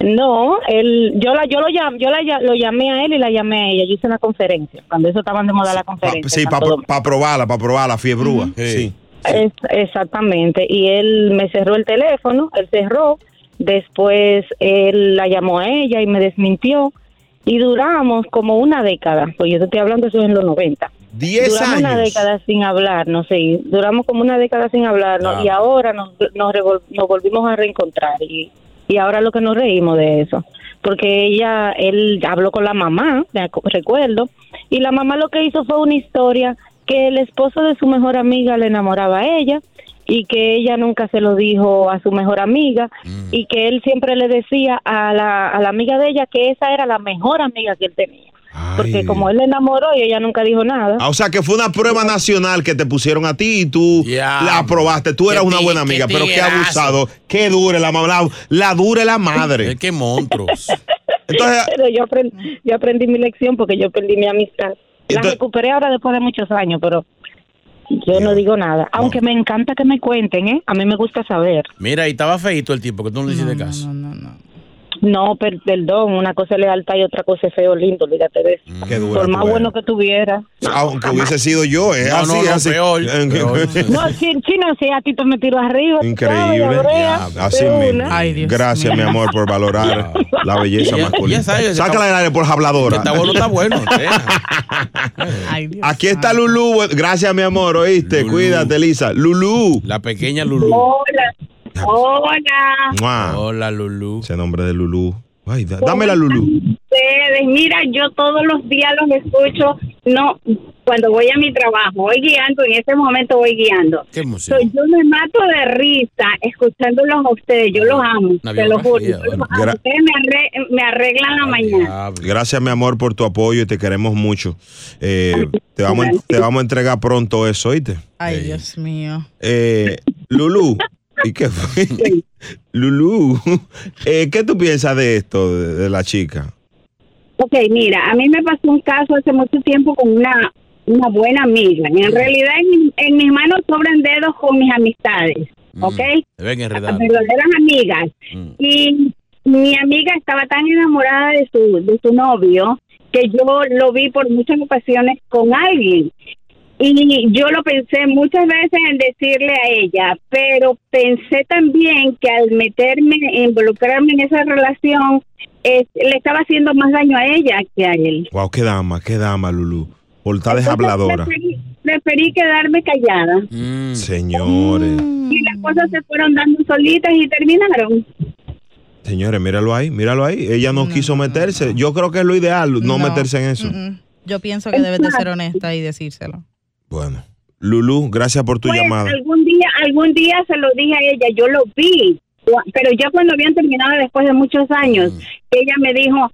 [SPEAKER 12] No, él, yo la, yo lo llam, yo la, ll- lo llamé a él y la llamé a ella. Yo hice una conferencia cuando eso estaban de moda la
[SPEAKER 2] Pa-
[SPEAKER 12] conferencia.
[SPEAKER 2] sí, para
[SPEAKER 12] Santo
[SPEAKER 2] probarla, para probarla, fiebrúa. Sí.
[SPEAKER 12] Es- exactamente. Y él me cerró el teléfono, él cerró. Después él la llamó a ella y me desmintió. Y duramos como una década, pues yo te estoy hablando eso es en los 90.
[SPEAKER 2] Diez
[SPEAKER 12] duramos una
[SPEAKER 2] años.
[SPEAKER 12] década sin hablarnos, sí. Duramos como una década sin hablarnos
[SPEAKER 2] Ah.
[SPEAKER 12] y ahora nos, nos, revol- nos volvimos a reencontrar y, y ahora lo que nos reímos de eso. porque ella, él habló con la mamá, me acu- recuerdo, y la mamá lo que hizo fue una historia que el esposo de su mejor amiga le enamoraba a ella y que ella nunca se lo dijo a su mejor amiga y que él siempre le decía a la, a la amiga de ella que esa era la mejor amiga que él tenía. Porque como él le enamoró y ella nunca dijo nada.
[SPEAKER 2] Ah, o sea que fue una prueba nacional que te pusieron a ti y tú la aprobaste. Tú eras una buena amiga, pero qué
[SPEAKER 5] tiguerazo.
[SPEAKER 2] abusado. Qué dure la mamá. La, la dure la madre.
[SPEAKER 5] qué monstruos.
[SPEAKER 12] pero yo, aprend- yo aprendí mi lección porque yo perdí mi amistad. La recuperé ahora después de muchos años, pero yo no digo nada. Aunque me encanta que me cuenten, ¿eh? A mí me gusta saber.
[SPEAKER 5] Mira, y estaba feito el tipo, que tú no le hiciste caso.
[SPEAKER 12] No, per- perdón, una cosa es lealtad y otra cosa es feo lindo, olvídate de eso.
[SPEAKER 2] Qué dura
[SPEAKER 12] Por
[SPEAKER 2] tú
[SPEAKER 12] más
[SPEAKER 2] eres.
[SPEAKER 12] bueno que tuviera.
[SPEAKER 2] Aunque hubiese sido yo, es
[SPEAKER 5] No,
[SPEAKER 2] así,
[SPEAKER 5] no,
[SPEAKER 2] es
[SPEAKER 5] no,
[SPEAKER 2] así.
[SPEAKER 5] peor,
[SPEAKER 12] No, sí, chino, sí, a ti te me tiro arriba. tú sabes,
[SPEAKER 2] Increíble.
[SPEAKER 12] la brea,
[SPEAKER 2] Ya, Así
[SPEAKER 12] de
[SPEAKER 2] mismo.
[SPEAKER 12] una.
[SPEAKER 2] Gracias, mi amor, por valorar la belleza
[SPEAKER 5] Ya- ya
[SPEAKER 2] masculina.
[SPEAKER 5] sabes, está-
[SPEAKER 2] Sácala del aire por habladora.
[SPEAKER 5] Está bueno, está bueno.
[SPEAKER 2] Aquí está Lulú. Bu- Gracias, mi amor, oíste. Cuídate, Lisa. Lulú.
[SPEAKER 5] La pequeña Lulú.
[SPEAKER 12] Hola. Hola.
[SPEAKER 5] Hola, Lulú.
[SPEAKER 2] Ese nombre de Lulú. Ay, da- dame la Lulú.
[SPEAKER 13] ustedes. Mira, yo todos los días los escucho, no, cuando voy a mi trabajo, voy guiando, en ese momento voy guiando.
[SPEAKER 5] Qué
[SPEAKER 13] So, yo me mato de risa escuchándolos a ustedes, yo los amo,
[SPEAKER 2] Una
[SPEAKER 13] te lo juro.
[SPEAKER 2] biografía,
[SPEAKER 13] Yo los
[SPEAKER 2] bueno. Ah,
[SPEAKER 13] amo. Ustedes me, arre- me arreglan la mañana.
[SPEAKER 2] Gracias, mi amor, por tu apoyo y te queremos mucho. Eh, te, vamos, a en- te vamos a entregar pronto eso, oíste.
[SPEAKER 9] Ay, Dios mío.
[SPEAKER 2] Eh, Lulú, ¿y qué fue? Lulú, eh, ¿qué tú piensas de esto, de, de la chica?
[SPEAKER 13] Ok, mira, a mí me pasó un caso hace mucho tiempo con una, una buena amiga. En realidad, en, en mis manos sobran dedos con mis amistades,
[SPEAKER 2] Mm.
[SPEAKER 13] ¿ok?
[SPEAKER 5] Te ven
[SPEAKER 13] a
[SPEAKER 5] enredado.
[SPEAKER 13] verdaderas amigas. Y mi amiga estaba tan enamorada de su, de su novio que yo lo vi por muchas ocasiones con alguien. Y yo lo pensé muchas veces en decirle a ella, pero pensé también que al meterme, involucrarme en esa relación, eh, le estaba haciendo más daño a ella que a él.
[SPEAKER 2] Wow, qué dama, qué dama, Lulú. Por tal
[SPEAKER 13] Entonces,
[SPEAKER 2] deshabladora.
[SPEAKER 13] Preferí, preferí quedarme callada.
[SPEAKER 2] Señores,
[SPEAKER 13] Y las cosas se fueron dando solitas y terminaron.
[SPEAKER 2] señores, míralo ahí, míralo ahí. Ella no, quiso meterse. Yo creo que es lo ideal, no, meterse en eso.
[SPEAKER 9] Mm-mm. Yo pienso que debes de ser honesta y decírselo.
[SPEAKER 2] Bueno, Lulú, gracias por tu
[SPEAKER 13] Pues,
[SPEAKER 2] llamada.
[SPEAKER 13] Algún día, algún día se lo dije a ella, yo lo vi, Cu- pero ya cuando habían terminado después de muchos años,
[SPEAKER 2] Mm.
[SPEAKER 13] ella me dijo,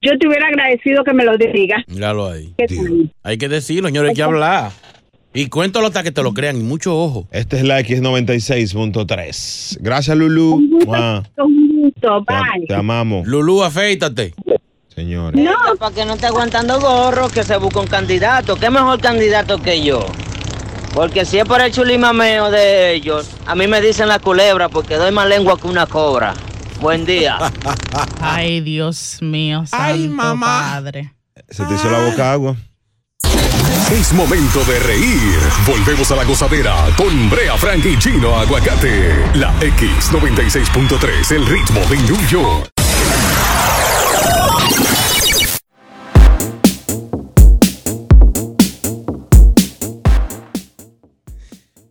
[SPEAKER 13] yo te hubiera agradecido que me lo digas.
[SPEAKER 5] Míralo ahí.
[SPEAKER 13] ¿Qué tal?
[SPEAKER 5] Hay que decirlo, señores, hay que hablar. Y cuéntalo hasta que te lo crean. Y mucho ojo.
[SPEAKER 2] Esta Este es la X96.3. Gracias, Lulú. Mua.
[SPEAKER 13] Con gusto,
[SPEAKER 2] Te amamos.
[SPEAKER 5] Lulú, afeítate.
[SPEAKER 2] Señores.
[SPEAKER 14] No, para que no esté aguantando gorro, que se busque un candidato. ¿Qué mejor candidato que yo? Porque si es por el chulimameo de ellos, a mí me dicen la culebra porque doy más lengua que una cobra. Buen día.
[SPEAKER 9] Ay, Dios mío. Ay, mamá. Padre.
[SPEAKER 2] Se te hizo la boca agua.
[SPEAKER 7] Es momento de reír. Volvemos a la gozadera con Brea Frank y Chino Aguacate. La X96.3, el ritmo de New York.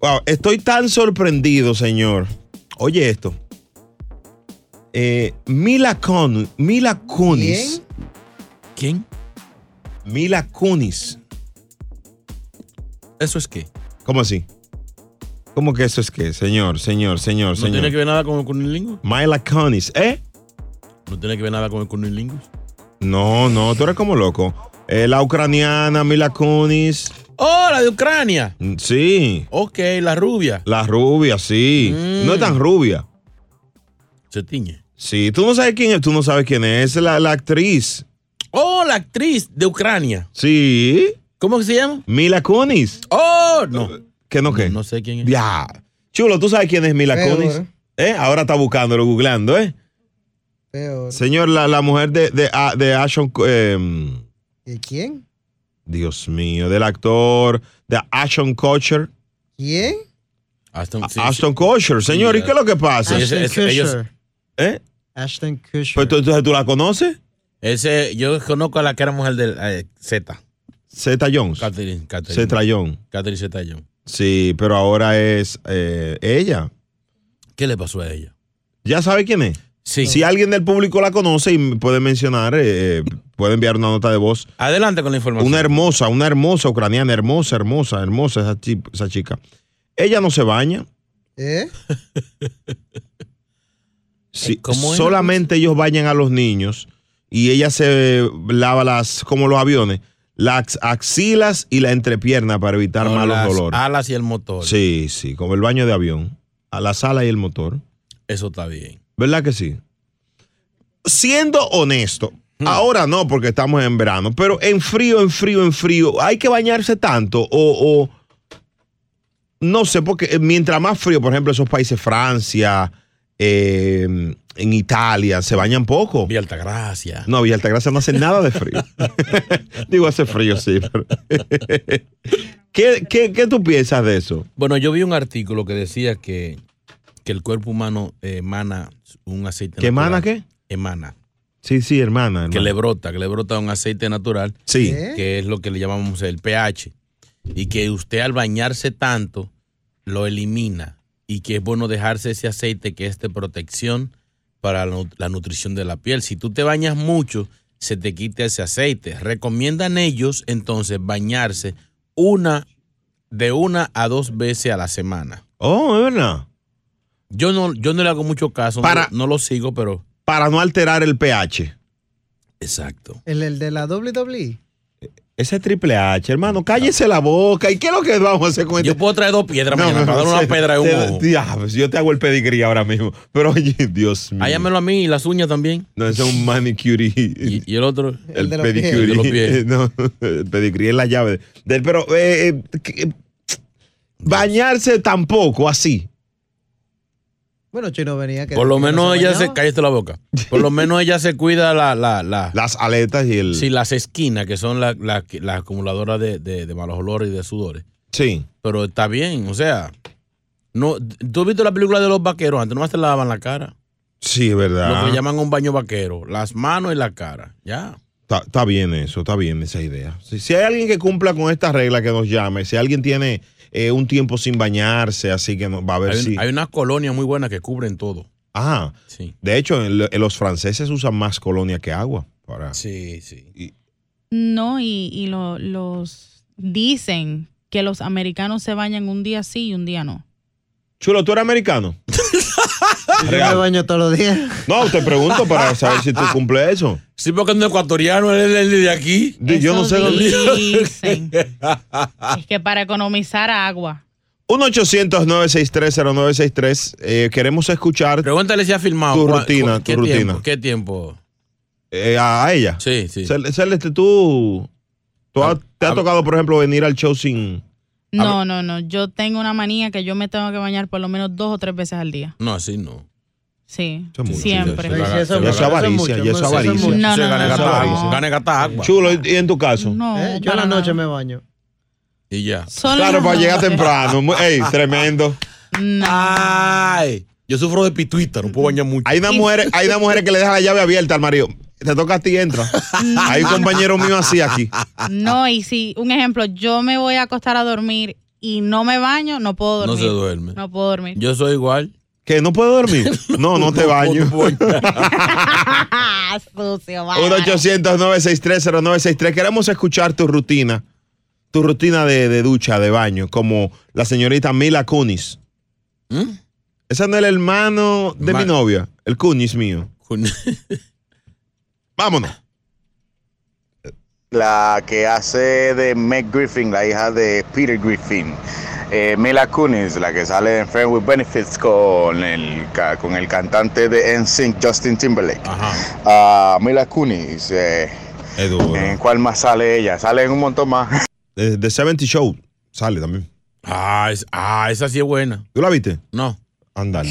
[SPEAKER 2] Wow, estoy tan sorprendido, señor. Oye esto. Eh, Mila, Kun- Mila Kunis.
[SPEAKER 5] ¿Quién?
[SPEAKER 2] Mila Kunis.
[SPEAKER 5] ¿Eso es qué?
[SPEAKER 2] ¿Cómo así? ¿Cómo que eso es qué? Señor, señor, señor,
[SPEAKER 5] ¿No
[SPEAKER 2] señor.
[SPEAKER 5] tiene que ver nada con el cunilingus?
[SPEAKER 2] Mila Kunis, ¿eh?
[SPEAKER 5] ¿No tiene que ver nada con el cunilingus?
[SPEAKER 2] No, no, tú eres como loco. Eh, la ucraniana Mila Kunis.
[SPEAKER 5] ¡Oh, la de Ucrania!
[SPEAKER 2] Mm, Sí.
[SPEAKER 5] Ok, la rubia.
[SPEAKER 2] La rubia, sí. No es tan rubia.
[SPEAKER 5] Se tiñe.
[SPEAKER 2] Sí, tú no sabes quién es, tú no sabes quién es, es la, la actriz.
[SPEAKER 5] ¡Oh, la actriz de Ucrania!
[SPEAKER 2] Sí.
[SPEAKER 5] ¿Cómo se llama?
[SPEAKER 2] Mila Kunis.
[SPEAKER 5] ¡Oh, no!
[SPEAKER 2] ¿Qué no qué? No,
[SPEAKER 5] sé quién
[SPEAKER 2] es. Ya. Chulo, ¿tú sabes quién es Mila
[SPEAKER 8] Peor.
[SPEAKER 2] Kunis? ¿Eh? Ahora está buscándolo, googleando, ¿eh?
[SPEAKER 8] Peor.
[SPEAKER 2] Señor, la, la mujer de, de, a- de Ashon... eh,
[SPEAKER 8] ¿De quién?
[SPEAKER 2] Dios mío, del actor de Ashon Kutcher.
[SPEAKER 8] ¿Quién?
[SPEAKER 5] Ashton,
[SPEAKER 2] Ashton Kutcher, señor,
[SPEAKER 8] Sí,
[SPEAKER 2] ¿y qué es lo que pasa?
[SPEAKER 8] Ashton Ese- ese- ellos- Kutcher.
[SPEAKER 2] ¿Eh?
[SPEAKER 8] Ashton Kutcher.
[SPEAKER 2] Pues tú, entonces, tú la conoces,
[SPEAKER 5] Ese, yo conozco a la que era mujer del eh, Z.
[SPEAKER 2] Zeta Jones.
[SPEAKER 5] Catherine, Catherine.
[SPEAKER 2] Zeta Jones.
[SPEAKER 5] Catherine Zeta Jones.
[SPEAKER 2] Sí, pero ahora es eh, ella.
[SPEAKER 5] ¿Qué le pasó a ella?
[SPEAKER 2] ¿Ya sabe quién es? Si alguien del público la conoce y me puede mencionar, eh, eh, puede enviar una nota de voz.
[SPEAKER 5] Adelante con la información.
[SPEAKER 2] Una hermosa, una hermosa ucraniana, hermosa, hermosa, hermosa esa, chi- esa chica. Ella no se baña.
[SPEAKER 8] ¿Eh?
[SPEAKER 5] Eh,
[SPEAKER 2] Sí,
[SPEAKER 8] ¿Cómo era?
[SPEAKER 2] solamente ellos bañan a los niños y ella se lava las, como los aviones, las axilas y la entrepierna para evitar
[SPEAKER 5] Con
[SPEAKER 2] malos
[SPEAKER 5] las
[SPEAKER 2] dolores.
[SPEAKER 5] alas y el motor.
[SPEAKER 2] Sí, sí, como el baño de avión, a la sala y el motor.
[SPEAKER 5] Eso está bien.
[SPEAKER 2] ¿Verdad que sí? Siendo honesto,
[SPEAKER 5] Hmm.
[SPEAKER 2] ahora no porque estamos en verano, pero en frío, en frío, en frío, hay que bañarse tanto o, o- no sé, porque eh, mientras más frío, por ejemplo, esos países, Francia, eh, en Italia, se bañan poco.
[SPEAKER 5] Villa Altagracia.
[SPEAKER 2] No, Villa Altagracia no hace nada de frío. Digo, hace frío, sí. pero- ¿Qué, qué, qué tú piensas de eso?
[SPEAKER 5] Bueno, yo vi un artículo que decía que, que el cuerpo humano eh, emana un aceite
[SPEAKER 2] ¿Que emana
[SPEAKER 5] natural. Emana.
[SPEAKER 2] Sí, sí, hermana.
[SPEAKER 5] Que
[SPEAKER 2] hermana.
[SPEAKER 5] le brota, que le brota un aceite natural.
[SPEAKER 2] Sí.
[SPEAKER 5] ¿Eh? Que es lo que le llamamos el pH. Y que usted al bañarse tanto lo elimina. Y que es bueno dejarse ese aceite que es de protección para la, nu- la nutrición de la piel. Si tú te bañas mucho, se te quita ese aceite. Recomiendan ellos entonces bañarse una de una a dos veces a la semana.
[SPEAKER 2] Oh, es verdad.
[SPEAKER 5] Yo no, yo no le hago mucho caso, no-
[SPEAKER 2] Para-
[SPEAKER 5] no, lo sigo, pero
[SPEAKER 2] Para no alterar el pH.
[SPEAKER 5] Exacto.
[SPEAKER 8] El, el de la E? WWE.
[SPEAKER 2] Ese es triple H, hermano, cállese la boca. ¿Y qué es lo que vamos a hacer con este?
[SPEAKER 5] yo puedo traer dos piedras mañana para dar una pedra en un ojo.
[SPEAKER 2] yo te hago el pedigrí ahora mismo. Pero oye, Dios mío.
[SPEAKER 5] Háyamelo Ah, a mí y las uñas también.
[SPEAKER 2] No, ese es un manicure. Y,
[SPEAKER 5] el otro.
[SPEAKER 2] El,
[SPEAKER 5] de los pies.
[SPEAKER 2] pedicure.
[SPEAKER 5] El de los pies.
[SPEAKER 2] No, el pedicure es la llave. del- pero eh, eh, que- bañarse tampoco así.
[SPEAKER 8] Bueno, Chino venía que.
[SPEAKER 5] Por lo
[SPEAKER 8] que no
[SPEAKER 5] menos
[SPEAKER 8] se
[SPEAKER 5] ella
[SPEAKER 8] bañaba.
[SPEAKER 5] se. Cállate la boca. Por lo menos ella se cuida la, la, la-
[SPEAKER 2] las aletas y el.
[SPEAKER 5] Sí, las esquinas, que son las la, que- las acumuladoras de, de- de malos olores y de sudores.
[SPEAKER 2] Sí.
[SPEAKER 5] Pero está bien, o sea. no ¿Tú has visto la película de los vaqueros? Antes nomás te lavaban la cara.
[SPEAKER 2] Sí, es verdad.
[SPEAKER 5] Lo que llaman un baño vaquero. Las manos y la cara. Ya.
[SPEAKER 2] Está, está bien eso, está bien esa idea. Si, si hay alguien que cumpla con esta regla, que nos llame. Si alguien tiene eh, un tiempo sin bañarse, así que no- va a ver
[SPEAKER 5] Hay, un-
[SPEAKER 2] si.
[SPEAKER 5] hay unas colonias muy buenas que cubren todo.
[SPEAKER 2] Ajá.
[SPEAKER 5] Sí.
[SPEAKER 2] Ah, De hecho, en lo- en los franceses usan más colonia que agua. Para...
[SPEAKER 5] Sí, sí.
[SPEAKER 9] No, y, y lo- los dicen que los americanos se bañan un día sí y un día no.
[SPEAKER 2] Chulo, ¿tú eres americano?
[SPEAKER 8] Yo me
[SPEAKER 2] Real.
[SPEAKER 8] baño todos los días.
[SPEAKER 2] No, te pregunto para saber si tú cumples eso.
[SPEAKER 5] Sí, porque no es ecuatoriano, él es el de aquí.
[SPEAKER 2] Di- Yo no sé dónde.
[SPEAKER 9] Dicen que para economizar agua.
[SPEAKER 2] 1-800-963-0963. Eh, queremos escuchar.
[SPEAKER 5] Pregúntale si ha filmado.
[SPEAKER 2] Tu
[SPEAKER 5] ¿Cuál-
[SPEAKER 2] rutina,
[SPEAKER 5] Ah, cu- ¿Qué
[SPEAKER 2] tu
[SPEAKER 5] tiempo?
[SPEAKER 2] rutina.
[SPEAKER 5] ¿Qué tiempo?
[SPEAKER 2] Eh, a, a ella.
[SPEAKER 5] Sí, sí. Ah,
[SPEAKER 2] Cel- Celeste, tú. tú ha- ¿Te ha tocado, por ejemplo, venir al show sin.
[SPEAKER 9] No, no, no. Yo tengo una manía que yo me tengo que bañar por lo menos dos o tres veces al día.
[SPEAKER 5] No, así no.
[SPEAKER 9] Sí,
[SPEAKER 2] Eso es mucho.
[SPEAKER 9] siempre.
[SPEAKER 2] Sí, sí, eso es mucho. avaricia, y eso es avaricia.
[SPEAKER 9] No, no,
[SPEAKER 2] Sí,
[SPEAKER 9] no,
[SPEAKER 2] gana
[SPEAKER 9] no,
[SPEAKER 2] gata
[SPEAKER 9] no.
[SPEAKER 2] agua.
[SPEAKER 5] Gana gata agua.
[SPEAKER 2] Chulo, ¿y y en tu caso?
[SPEAKER 9] No,
[SPEAKER 8] Eh, yo a la
[SPEAKER 9] para
[SPEAKER 8] noche me baño.
[SPEAKER 5] Y ya.
[SPEAKER 9] Solo
[SPEAKER 2] claro,
[SPEAKER 9] las
[SPEAKER 2] para llegar
[SPEAKER 9] noches.
[SPEAKER 2] temprano. Mu- Ey, tremendo.
[SPEAKER 5] Ay, yo sufro de pituita, no puedo bañar mucho.
[SPEAKER 2] Hay una mujer, hay una mujer que le deja la llave abierta al marido. Te toca a ti, entra. Hay un compañero mío así aquí.
[SPEAKER 9] No, y si, un ejemplo, yo me voy a acostar a dormir y no me baño, no puedo
[SPEAKER 5] No
[SPEAKER 9] dormir.
[SPEAKER 5] se duerme.
[SPEAKER 9] No puedo dormir.
[SPEAKER 5] Yo soy igual.
[SPEAKER 2] ¿Que no puedo dormir? No, no pues. te baño.
[SPEAKER 9] Ah, sucio, bárbaro.
[SPEAKER 2] 1-800-963-0963. Queremos escuchar tu rutina. Tu rutina de, de ducha, de baño, como la señorita Mila Kunis. ¿Mm? Esa no es el hermano de mi novia, el Kunis mío. Vámonos.
[SPEAKER 15] la que hace de Meg Griffin, la hija de Peter Griffin. Eh, Mila Kunis, la que sale en Friends with Benefits con el, ca- con el cantante de NSYNC, Justin Timberlake. Ah, Mila Kunis, eh, ¿en cuál más sale ella? Sale en un montón más.
[SPEAKER 2] De, de 70 Show sale también.
[SPEAKER 5] Ah, es- ah, esa sí es buena.
[SPEAKER 2] ¿Tú la viste?
[SPEAKER 5] No.
[SPEAKER 2] Andale.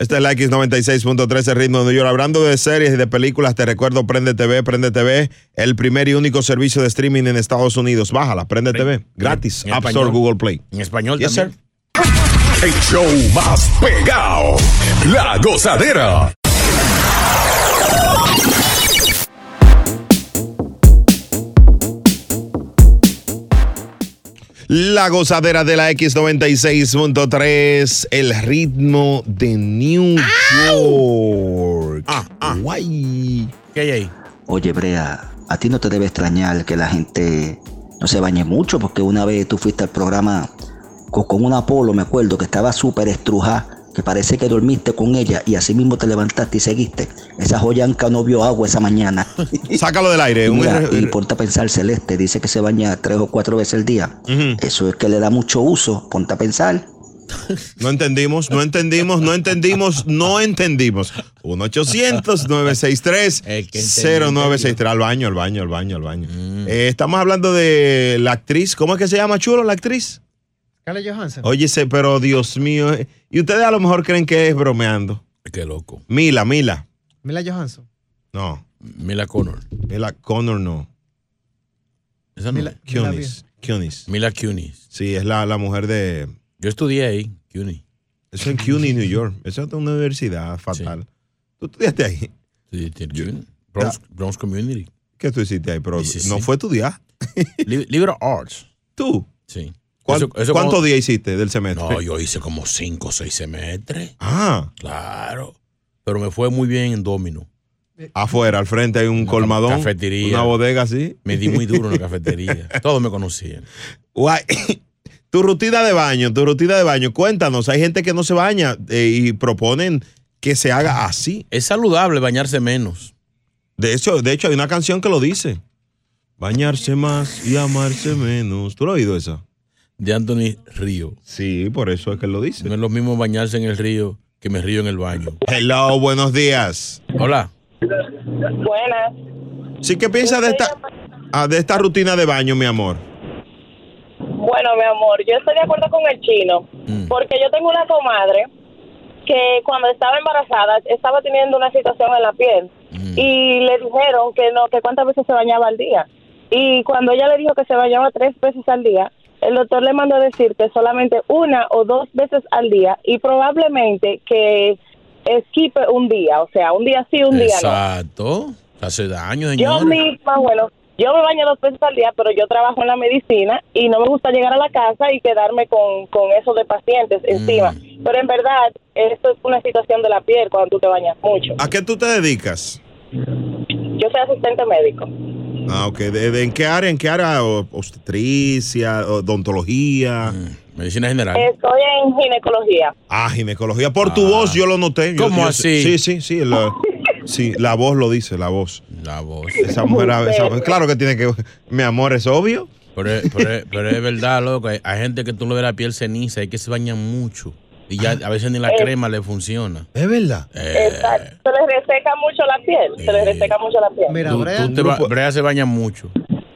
[SPEAKER 2] Esta es la X96.3, el ritmo de New York. Hablando de series y de películas, te recuerdo Prende TV, Prende TV, el primer y único servicio de streaming en Estados Unidos. Bájala, Prende TV, gratis.
[SPEAKER 5] en
[SPEAKER 2] App Store,
[SPEAKER 5] español.
[SPEAKER 2] Google Play.
[SPEAKER 5] En español
[SPEAKER 2] Yes,
[SPEAKER 5] también.
[SPEAKER 7] El show más pegado. La gozadera.
[SPEAKER 2] La gozadera de la X96.3, el ritmo de New York. Guay.
[SPEAKER 5] Ah, ¿Qué hay ahí?
[SPEAKER 16] Oye, Brea, a ti no te debe extrañar que la gente no se bañe mucho, porque una vez tú fuiste al programa co- con, una polo, me acuerdo, que estaba súper estrujada, que parece que dormiste con ella y así mismo te levantaste y seguiste. Esa joyanca no vio agua esa mañana.
[SPEAKER 2] Sácalo del aire. un
[SPEAKER 16] Mira,
[SPEAKER 2] error-
[SPEAKER 16] y ponte a pensar, Celeste dice que se baña tres o cuatro veces al día. Eso es que le da mucho uso. Ponte a pensar.
[SPEAKER 2] No entendimos, no entendimos, no entendimos, no entendimos. 1-800-963-0963. Al baño, al baño, al baño, al baño. Eh, estamos hablando de la actriz. ¿Cómo es que se llama, chulo, la actriz?
[SPEAKER 8] Scarlett Johansson.
[SPEAKER 2] Óyese, pero Dios mío. eh, Y ustedes a lo mejor creen que es bromeando.
[SPEAKER 5] Qué loco.
[SPEAKER 2] Mila, Mila.
[SPEAKER 8] Mila Johansson.
[SPEAKER 2] No.
[SPEAKER 5] Mila Connor.
[SPEAKER 2] Mila Connor no.
[SPEAKER 5] Esa no.
[SPEAKER 2] Kunis. Kunis.
[SPEAKER 5] Mila Kunis.
[SPEAKER 2] Sí, es la, la mujer de.
[SPEAKER 5] Yo estudié ahí, CUNY.
[SPEAKER 2] Eso en CUNY, New York. Eso es una universidad fatal. ¿Tú estudiaste ahí? Ah.
[SPEAKER 5] Sí, tiene- Bronx, Bronx Community.
[SPEAKER 2] ¿Qué tú hiciste ahí? Pero
[SPEAKER 5] Sí, sí,
[SPEAKER 2] no
[SPEAKER 5] sí.
[SPEAKER 2] fue estudiar.
[SPEAKER 5] Li- Liberal Arts.
[SPEAKER 2] ¿Tú?
[SPEAKER 5] Sí.
[SPEAKER 2] ¿Cuál-
[SPEAKER 5] Eso- eso
[SPEAKER 2] ¿Cuántos
[SPEAKER 5] como-
[SPEAKER 2] días hiciste del semestre?
[SPEAKER 5] No, yo hice como cinco o seis semestres.
[SPEAKER 2] Ah.
[SPEAKER 5] Claro. Pero me fue muy bien en domino.
[SPEAKER 2] Afuera, al frente hay un colmadón.
[SPEAKER 5] cafetería.
[SPEAKER 2] Una bodega así.
[SPEAKER 5] Me di muy duro en la cafetería. Todos me conocían.
[SPEAKER 2] Guay. Tu rutina de baño, tu rutina de baño. Cuéntanos, hay gente que no se baña eh, y proponen que se haga así.
[SPEAKER 5] Es saludable bañarse menos.
[SPEAKER 2] De hecho, de hecho hay una canción que lo dice. Bañarse más y amarse menos. ¿Tú lo has oído esa?
[SPEAKER 5] De Anthony Río.
[SPEAKER 2] Sí, por eso es que lo dice.
[SPEAKER 5] No es lo mismo bañarse en el río que me río en el baño.
[SPEAKER 2] Hello, buenos días.
[SPEAKER 5] Hola.
[SPEAKER 17] Buenas.
[SPEAKER 2] Sí, ¿qué piensas de esta, ah, de esta rutina de baño, mi amor?
[SPEAKER 17] Bueno, mi amor, yo estoy de acuerdo con el chino, porque yo tengo una comadre que cuando estaba embarazada estaba teniendo una situación en la piel y le dijeron que no, que cuántas veces se bañaba al día. Y cuando ella le dijo que se bañaba tres veces al día, el doctor le mandó decir que solamente una o dos veces al día y probablemente que esquipe un día, o sea, un día sí, un día no.
[SPEAKER 5] Exacto. Hace daño,
[SPEAKER 17] Yo
[SPEAKER 5] señor.
[SPEAKER 17] misma, bueno, yo me baño dos veces al día, pero yo trabajo en la medicina y no me gusta llegar a la casa y quedarme con, con eso de pacientes encima.
[SPEAKER 5] Mm.
[SPEAKER 17] Pero en verdad, esto es una situación de la piel cuando tú te bañas mucho.
[SPEAKER 2] ¿A qué tú te dedicas?
[SPEAKER 17] Yo soy asistente médico.
[SPEAKER 2] Ah, ok. ¿De, de- en qué área? ¿En qué área? O- Obstetricia, odontología.
[SPEAKER 5] Ah, Medicina general.
[SPEAKER 18] Eh.
[SPEAKER 17] Estoy en ginecología.
[SPEAKER 2] Ah, ginecología. Por tu voz yo lo noté. Yo-
[SPEAKER 5] ¿Cómo
[SPEAKER 2] yo-
[SPEAKER 5] así?
[SPEAKER 2] Sí, sí, sí. La, sí, la voz lo dice, la voz.
[SPEAKER 5] La voz.
[SPEAKER 2] Esa mujer, esa- claro que tiene que... Mi amor, es obvio.
[SPEAKER 5] Pero, es- pero es- pero es verdad, loco. Hay, hay gente que tú le ves la piel ceniza, hay que se bañan mucho. Y ya a veces ni la
[SPEAKER 17] Eh.
[SPEAKER 5] crema le funciona. Eh,
[SPEAKER 2] Es verdad.
[SPEAKER 17] Exacto. Se les reseca mucho la piel. Se les reseca mucho la piel.
[SPEAKER 2] Eh,
[SPEAKER 5] tú, tú te ba- Brea se baña mucho.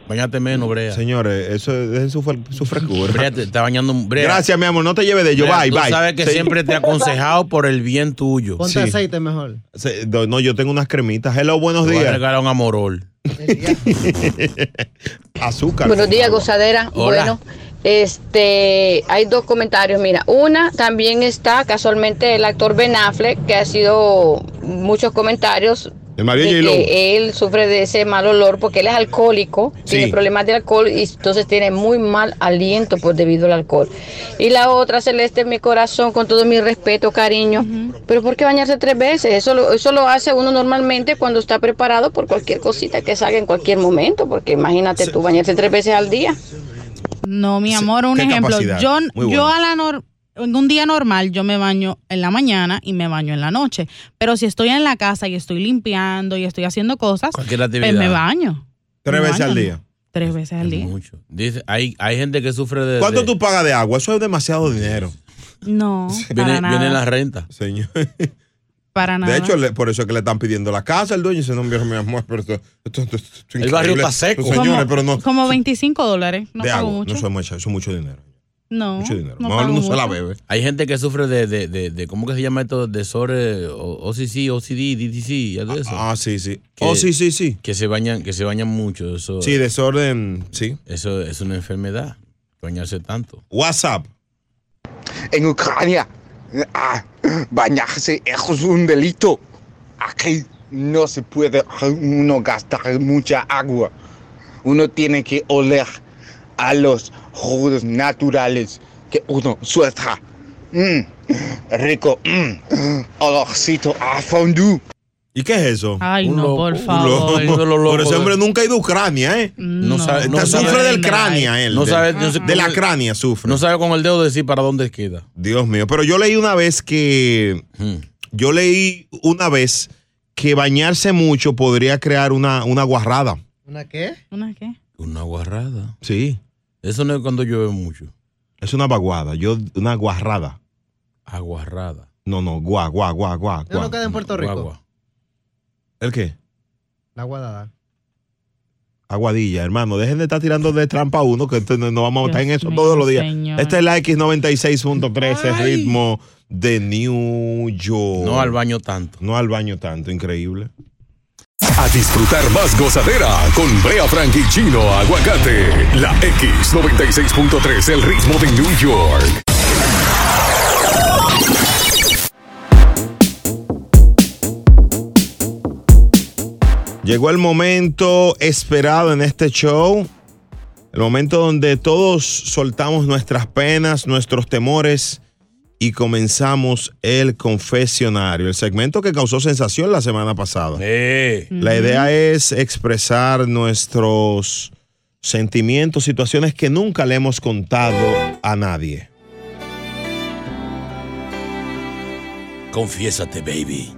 [SPEAKER 5] Bañate menos, Brea.
[SPEAKER 2] Señores, eso es su, fre- su frescura.
[SPEAKER 5] Brea te está bañando. Brea,
[SPEAKER 2] Gracias, mi amor. No te lleves de ello.
[SPEAKER 5] Brea,
[SPEAKER 2] Bye,
[SPEAKER 5] tú
[SPEAKER 2] bye.
[SPEAKER 5] sabes que
[SPEAKER 2] Sí.
[SPEAKER 5] siempre te he aconsejado por el bien tuyo.
[SPEAKER 8] Ponte aceite mejor.
[SPEAKER 2] Se- do- No, yo tengo unas cremitas. Hello, buenos
[SPEAKER 5] Te voy a
[SPEAKER 2] días.
[SPEAKER 5] regalar un amorol.
[SPEAKER 2] Azúcar.
[SPEAKER 18] Buenos días, gozadera.
[SPEAKER 2] Hola.
[SPEAKER 18] Bueno, este, hay dos comentarios. Mira, una también está casualmente el actor Ben Affleck, que ha sido muchos comentarios.
[SPEAKER 2] El marido
[SPEAKER 18] de
[SPEAKER 2] J-Lo.
[SPEAKER 18] que él sufre de ese mal olor porque él es alcohólico,
[SPEAKER 2] Sí.
[SPEAKER 18] tiene problemas de alcohol y entonces tiene muy mal aliento por debido al alcohol. Y la otra, Celeste, mi corazón, con todo mi respeto, cariño, pero ¿por qué bañarse tres veces? Eso lo, eso lo hace uno normalmente cuando está preparado por cualquier cosita que salga en cualquier momento, porque imagínate tú bañarse tres veces al día.
[SPEAKER 9] No, mi amor, un
[SPEAKER 18] qué
[SPEAKER 9] ejemplo.
[SPEAKER 18] capacidad.
[SPEAKER 9] Yo,
[SPEAKER 18] Muy
[SPEAKER 9] yo
[SPEAKER 18] bueno.
[SPEAKER 9] a la nor- en un día normal yo me baño en la mañana y me baño en la noche. Pero si estoy en la casa y estoy limpiando y estoy haciendo cosas,
[SPEAKER 5] Cualquier
[SPEAKER 9] pues
[SPEAKER 5] actividad.
[SPEAKER 9] me baño
[SPEAKER 2] Tres
[SPEAKER 9] Me
[SPEAKER 2] veces al
[SPEAKER 9] baño.
[SPEAKER 2] día.
[SPEAKER 9] tres veces al día.
[SPEAKER 5] Dice, hay, hay gente que sufre de.
[SPEAKER 2] ¿Cuánto
[SPEAKER 5] de-
[SPEAKER 2] tú pagas de agua? Eso es demasiado dinero.
[SPEAKER 9] No,
[SPEAKER 5] Viene,
[SPEAKER 9] para nada.
[SPEAKER 5] viene la renta.
[SPEAKER 2] Señor.
[SPEAKER 9] Para nada.
[SPEAKER 2] De hecho, le- por eso es que le están pidiendo la casa al dueño. Dice, no, mi mi amor, pero esto, esto- esto- esto es
[SPEAKER 5] El barrio
[SPEAKER 2] increíble".
[SPEAKER 5] está seco.
[SPEAKER 2] Señores,
[SPEAKER 9] como,
[SPEAKER 2] pero no.
[SPEAKER 9] como 25 dólares. No
[SPEAKER 2] de
[SPEAKER 9] pago
[SPEAKER 2] agua.
[SPEAKER 9] mucho.
[SPEAKER 2] No, eso es mucho, eso es mucho dinero.
[SPEAKER 9] No,
[SPEAKER 2] mucho dinero.
[SPEAKER 9] no
[SPEAKER 2] Mejor
[SPEAKER 9] pago
[SPEAKER 2] no se la
[SPEAKER 9] mucho.
[SPEAKER 2] bebe.
[SPEAKER 5] Hay gente que sufre de, de, de, de- ¿cómo que se llama esto? Desorden, o- OCC, OCD, DTC, ya todo eso.
[SPEAKER 2] Ah, sí, sí. Oh, sí, sí, sí.
[SPEAKER 5] Que se bañan, que se bañan mucho. Eso,
[SPEAKER 2] Sí, desorden, sí.
[SPEAKER 5] Eso es una enfermedad, bañarse tanto.
[SPEAKER 2] WhatsApp.
[SPEAKER 19] En Ucrania, ah, bañarse es un delito. Aquí no se puede uno gastar mucha agua. Uno tiene que oler
[SPEAKER 15] a los jugos naturales que uno suelta. Mm, rico, mm, olorcito a fondue.
[SPEAKER 2] ¿Y qué es eso?
[SPEAKER 9] Ay, no, por
[SPEAKER 2] Loco.
[SPEAKER 9] favor.
[SPEAKER 2] Pero ese hombre nunca ha ido a Ucrania, ¿eh?
[SPEAKER 9] No Ah.
[SPEAKER 5] sabe- no
[SPEAKER 2] Está-
[SPEAKER 5] sabe-
[SPEAKER 2] sufre del cránea él.
[SPEAKER 5] No
[SPEAKER 2] de- Ah.
[SPEAKER 5] sabe- no sé-
[SPEAKER 2] de la cránea sufre.
[SPEAKER 5] No sabe con el dedo decir para dónde queda.
[SPEAKER 2] Dios mío, pero yo leí una vez que.
[SPEAKER 5] Hmm.
[SPEAKER 2] Yo leí una vez que bañarse mucho podría crear una, una guarrada.
[SPEAKER 8] ¿Una qué?
[SPEAKER 9] ¿Una qué?
[SPEAKER 5] Una guarrada.
[SPEAKER 2] Sí.
[SPEAKER 5] Eso no es cuando llueve mucho.
[SPEAKER 2] Es una vaguada. Yo, una guarrada.
[SPEAKER 5] Aguarrada.
[SPEAKER 2] No, no, guá, guá, guá, guá.
[SPEAKER 8] Eso
[SPEAKER 2] guá.
[SPEAKER 8] no queda en Puerto Rico.
[SPEAKER 2] ¿El qué?
[SPEAKER 8] La guadada.
[SPEAKER 2] Aguadilla, hermano. Dejen de estar tirando de trampa a uno, que esto no, no vamos a estar en eso
[SPEAKER 8] mío,
[SPEAKER 2] todos los días.
[SPEAKER 8] señor.
[SPEAKER 2] Esta es la X96.3, el ritmo de New York.
[SPEAKER 5] No al baño tanto.
[SPEAKER 2] No al baño tanto, increíble.
[SPEAKER 7] A disfrutar más gozadera con Brea Frank y Chino Aguacate. La X96.3, el ritmo de New York.
[SPEAKER 2] Llegó el momento esperado en este show. El momento donde todos soltamos nuestras penas, nuestros temores y comenzamos el confesionario, el segmento que causó sensación la semana pasada. La idea es expresar nuestros sentimientos, situaciones que nunca le hemos contado a nadie.
[SPEAKER 5] Confiésate, baby.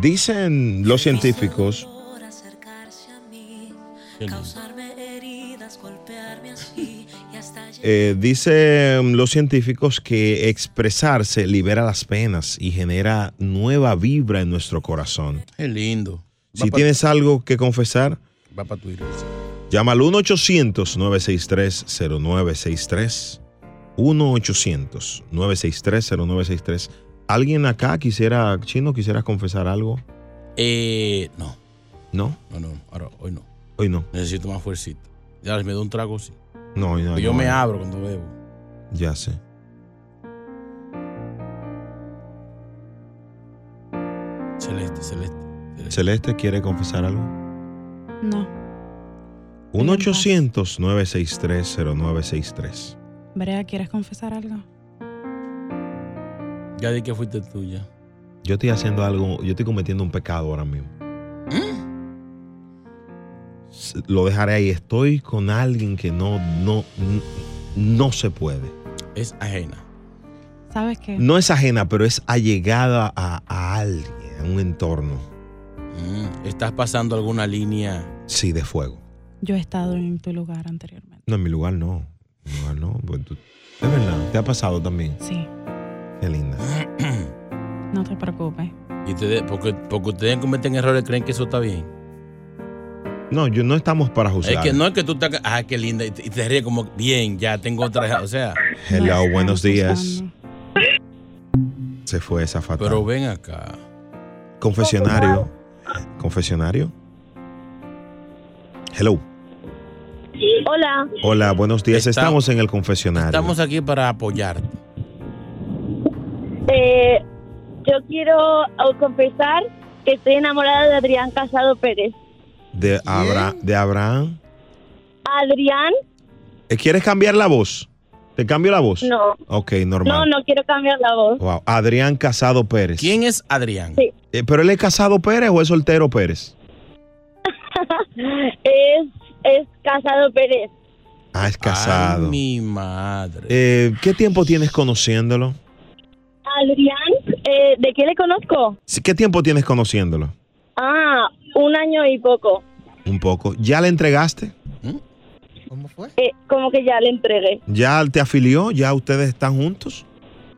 [SPEAKER 2] Dicen los científicos
[SPEAKER 4] Causarme heridas, golpearme así y hasta
[SPEAKER 2] Eh, dicen los científicos que expresarse libera las penas y genera nueva vibra en nuestro corazón.
[SPEAKER 5] Qué lindo.
[SPEAKER 2] Si tienes algo que confesar,
[SPEAKER 5] Va para Twitter.
[SPEAKER 2] llama al 1-800-963-0963. 1-800-963-0963. ¿Alguien acá quisiera, chino, quisiera confesar algo?
[SPEAKER 5] Eh, no.
[SPEAKER 2] ¿No?
[SPEAKER 5] No, no. Ahora, hoy no.
[SPEAKER 2] Hoy no.
[SPEAKER 5] Necesito más fuercita. Ya me da un trago, sí.
[SPEAKER 2] No, hoy no.
[SPEAKER 5] yo
[SPEAKER 2] no,
[SPEAKER 5] me
[SPEAKER 2] hoy no.
[SPEAKER 5] abro cuando bebo.
[SPEAKER 2] Ya sé.
[SPEAKER 5] Celeste, celeste.
[SPEAKER 2] Celeste quiere confesar algo.
[SPEAKER 9] No.
[SPEAKER 2] 1-800-963-0963.
[SPEAKER 9] Brea, ¿quieres confesar algo?
[SPEAKER 5] Ya di que fuiste tuya.
[SPEAKER 2] Yo estoy haciendo algo, yo estoy cometiendo un pecado ahora mismo.
[SPEAKER 5] ¿Eh?
[SPEAKER 2] S- Lo dejaré ahí. Estoy con alguien que no, no, n- no se puede.
[SPEAKER 5] Es ajena.
[SPEAKER 9] ¿Sabes qué?
[SPEAKER 2] No es ajena, pero es allegada a, a alguien, a un entorno.
[SPEAKER 5] Mm, Estás pasando alguna línea.
[SPEAKER 2] Sí, de fuego.
[SPEAKER 9] Yo he estado en tu lugar anteriormente.
[SPEAKER 2] No, en mi lugar no. En mi lugar no. pues tú- es verdad, te ha pasado también.
[SPEAKER 9] Sí,
[SPEAKER 2] Qué linda.
[SPEAKER 9] no te preocupes.
[SPEAKER 5] Y ustedes, porque, porque ustedes cometen errores, creen que eso está bien.
[SPEAKER 2] No, yo no estamos para juzgar.
[SPEAKER 5] Es que no es que tú te hagas, ah, qué linda, y te, y te ríes como, bien, ya tengo otra, o sea.
[SPEAKER 2] Hello, buenos días. Se fue esa fatal.
[SPEAKER 5] Pero ven acá.
[SPEAKER 2] Confesionario. Confesionario. Hello.
[SPEAKER 17] Hola.
[SPEAKER 2] Hola, buenos días.
[SPEAKER 5] Está-
[SPEAKER 2] Estamos en el confesionario.
[SPEAKER 5] Estamos aquí para apoyarte.
[SPEAKER 17] Eh, yo quiero oh, confesar que estoy enamorada de Adrián Casado Pérez.
[SPEAKER 2] De, Abra- de Abraham.
[SPEAKER 17] ¿Adrián?
[SPEAKER 2] Eh, ¿Quieres cambiar la voz? ¿Te cambio la voz?
[SPEAKER 17] No.
[SPEAKER 2] Ok,
[SPEAKER 17] No,
[SPEAKER 2] normal.
[SPEAKER 17] no quiero cambiar la voz.
[SPEAKER 2] Wow. Adrián Casado Pérez.
[SPEAKER 5] ¿Quién es Adrián?
[SPEAKER 17] Sí.
[SPEAKER 2] Eh, ¿Pero él es Casado Pérez o es soltero Pérez?
[SPEAKER 17] es, es Casado Pérez.
[SPEAKER 2] Ah, es casado. Eh,
[SPEAKER 5] mi madre.
[SPEAKER 2] ¿Qué tiempo tienes conociéndolo?
[SPEAKER 17] ¿Adrián? eh, ¿De qué le conozco?
[SPEAKER 2] Sí, ¿Qué tiempo tienes conociéndolo?
[SPEAKER 17] Ah, un año y poco.
[SPEAKER 2] Un poco. ¿Ya le entregaste?
[SPEAKER 17] Eh, como que ya le entregué.
[SPEAKER 2] ¿Ya te afilió? ¿Ya ustedes están juntos?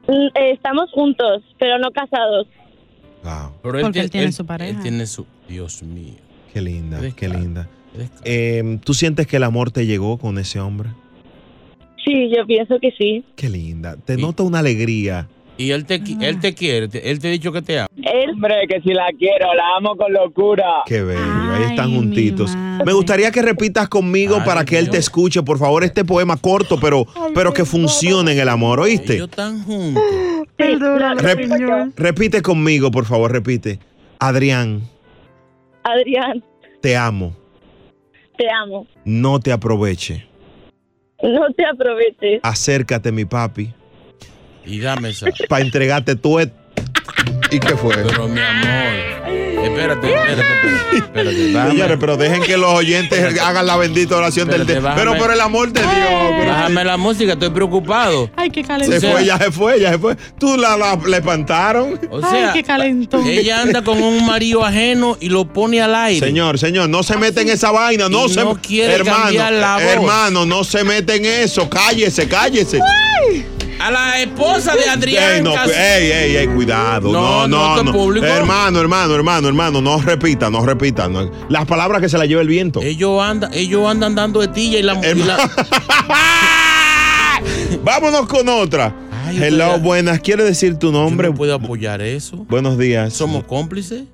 [SPEAKER 17] Mm, eh, estamos juntos, pero no casados.
[SPEAKER 5] Pero él
[SPEAKER 17] Porque
[SPEAKER 5] tie-
[SPEAKER 17] él tiene su pareja.
[SPEAKER 5] Él tiene su. Dios mío.
[SPEAKER 2] Qué linda,
[SPEAKER 5] Eres
[SPEAKER 2] qué linda.
[SPEAKER 5] eres
[SPEAKER 2] Eh, ¿Tú sientes que el amor te llegó con ese hombre?
[SPEAKER 17] Sí, yo pienso que sí.
[SPEAKER 2] Qué linda. Te noto una alegría.
[SPEAKER 5] Y él te, qui- él te quiere, te- él te ha dicho que te ama.
[SPEAKER 20] Hombre, que si la quiero, la amo con locura.
[SPEAKER 2] Qué bello. Ahí están juntitos. Me gustaría que repitas conmigo para que él te escuche, por favor, este poema corto, pero, pero que funcione en el amor, ¿oíste?
[SPEAKER 5] Están juntos.
[SPEAKER 17] Perdóname,
[SPEAKER 2] Rep- repite conmigo, por favor, repite. Adrián,
[SPEAKER 17] Adrián,
[SPEAKER 2] te amo.
[SPEAKER 21] Te amo.
[SPEAKER 2] No te aproveche.
[SPEAKER 21] No te aproveches.
[SPEAKER 2] Acércate, mi papi,
[SPEAKER 5] Y dame esa.
[SPEAKER 2] para entregarte tu... e- ¿Y qué fue?
[SPEAKER 5] Pero mi amor. Espérate, espérate, espérate. espérate dame.
[SPEAKER 2] Señores, pero dejen que los oyentes hagan la bendita oración del...
[SPEAKER 5] Espérate,
[SPEAKER 2] te- Pero
[SPEAKER 5] bájame.
[SPEAKER 2] por el amor de Dios. pero-
[SPEAKER 5] Bájame la música, estoy preocupado.
[SPEAKER 9] Ay, qué
[SPEAKER 2] Se
[SPEAKER 9] calentón.
[SPEAKER 2] fue, ya se fue, ya se fue. Tú la, la- la espantaron.
[SPEAKER 5] O sea, Ella anda con un marido ajeno y lo pone al aire.
[SPEAKER 2] Señor, señor, no se mete en esa vaina, no
[SPEAKER 5] Y
[SPEAKER 2] se
[SPEAKER 5] no quiere
[SPEAKER 2] hermano,
[SPEAKER 5] cambiar la voz.
[SPEAKER 2] hermano, no se mete en eso, cállese, cállese.
[SPEAKER 5] A la esposa de Adrián.
[SPEAKER 2] Ey, no, pues,
[SPEAKER 5] Cas-
[SPEAKER 2] ey, ey, ey, cuidado. No,
[SPEAKER 5] No, no,
[SPEAKER 2] no,
[SPEAKER 5] esto
[SPEAKER 2] no.
[SPEAKER 5] es público.
[SPEAKER 2] Hermano, hermano, hermano, hermano, no repita, no repita. no. Las palabras que se las lleva el viento.
[SPEAKER 5] Ellos andan, ellos andan dando etilla y la, y la-
[SPEAKER 2] Vámonos con otra. Hello, buenas. ¿Quieres decir tu nombre?
[SPEAKER 5] puedo apoyar eso.
[SPEAKER 2] Buenos días.
[SPEAKER 5] ¿Somos cómplices?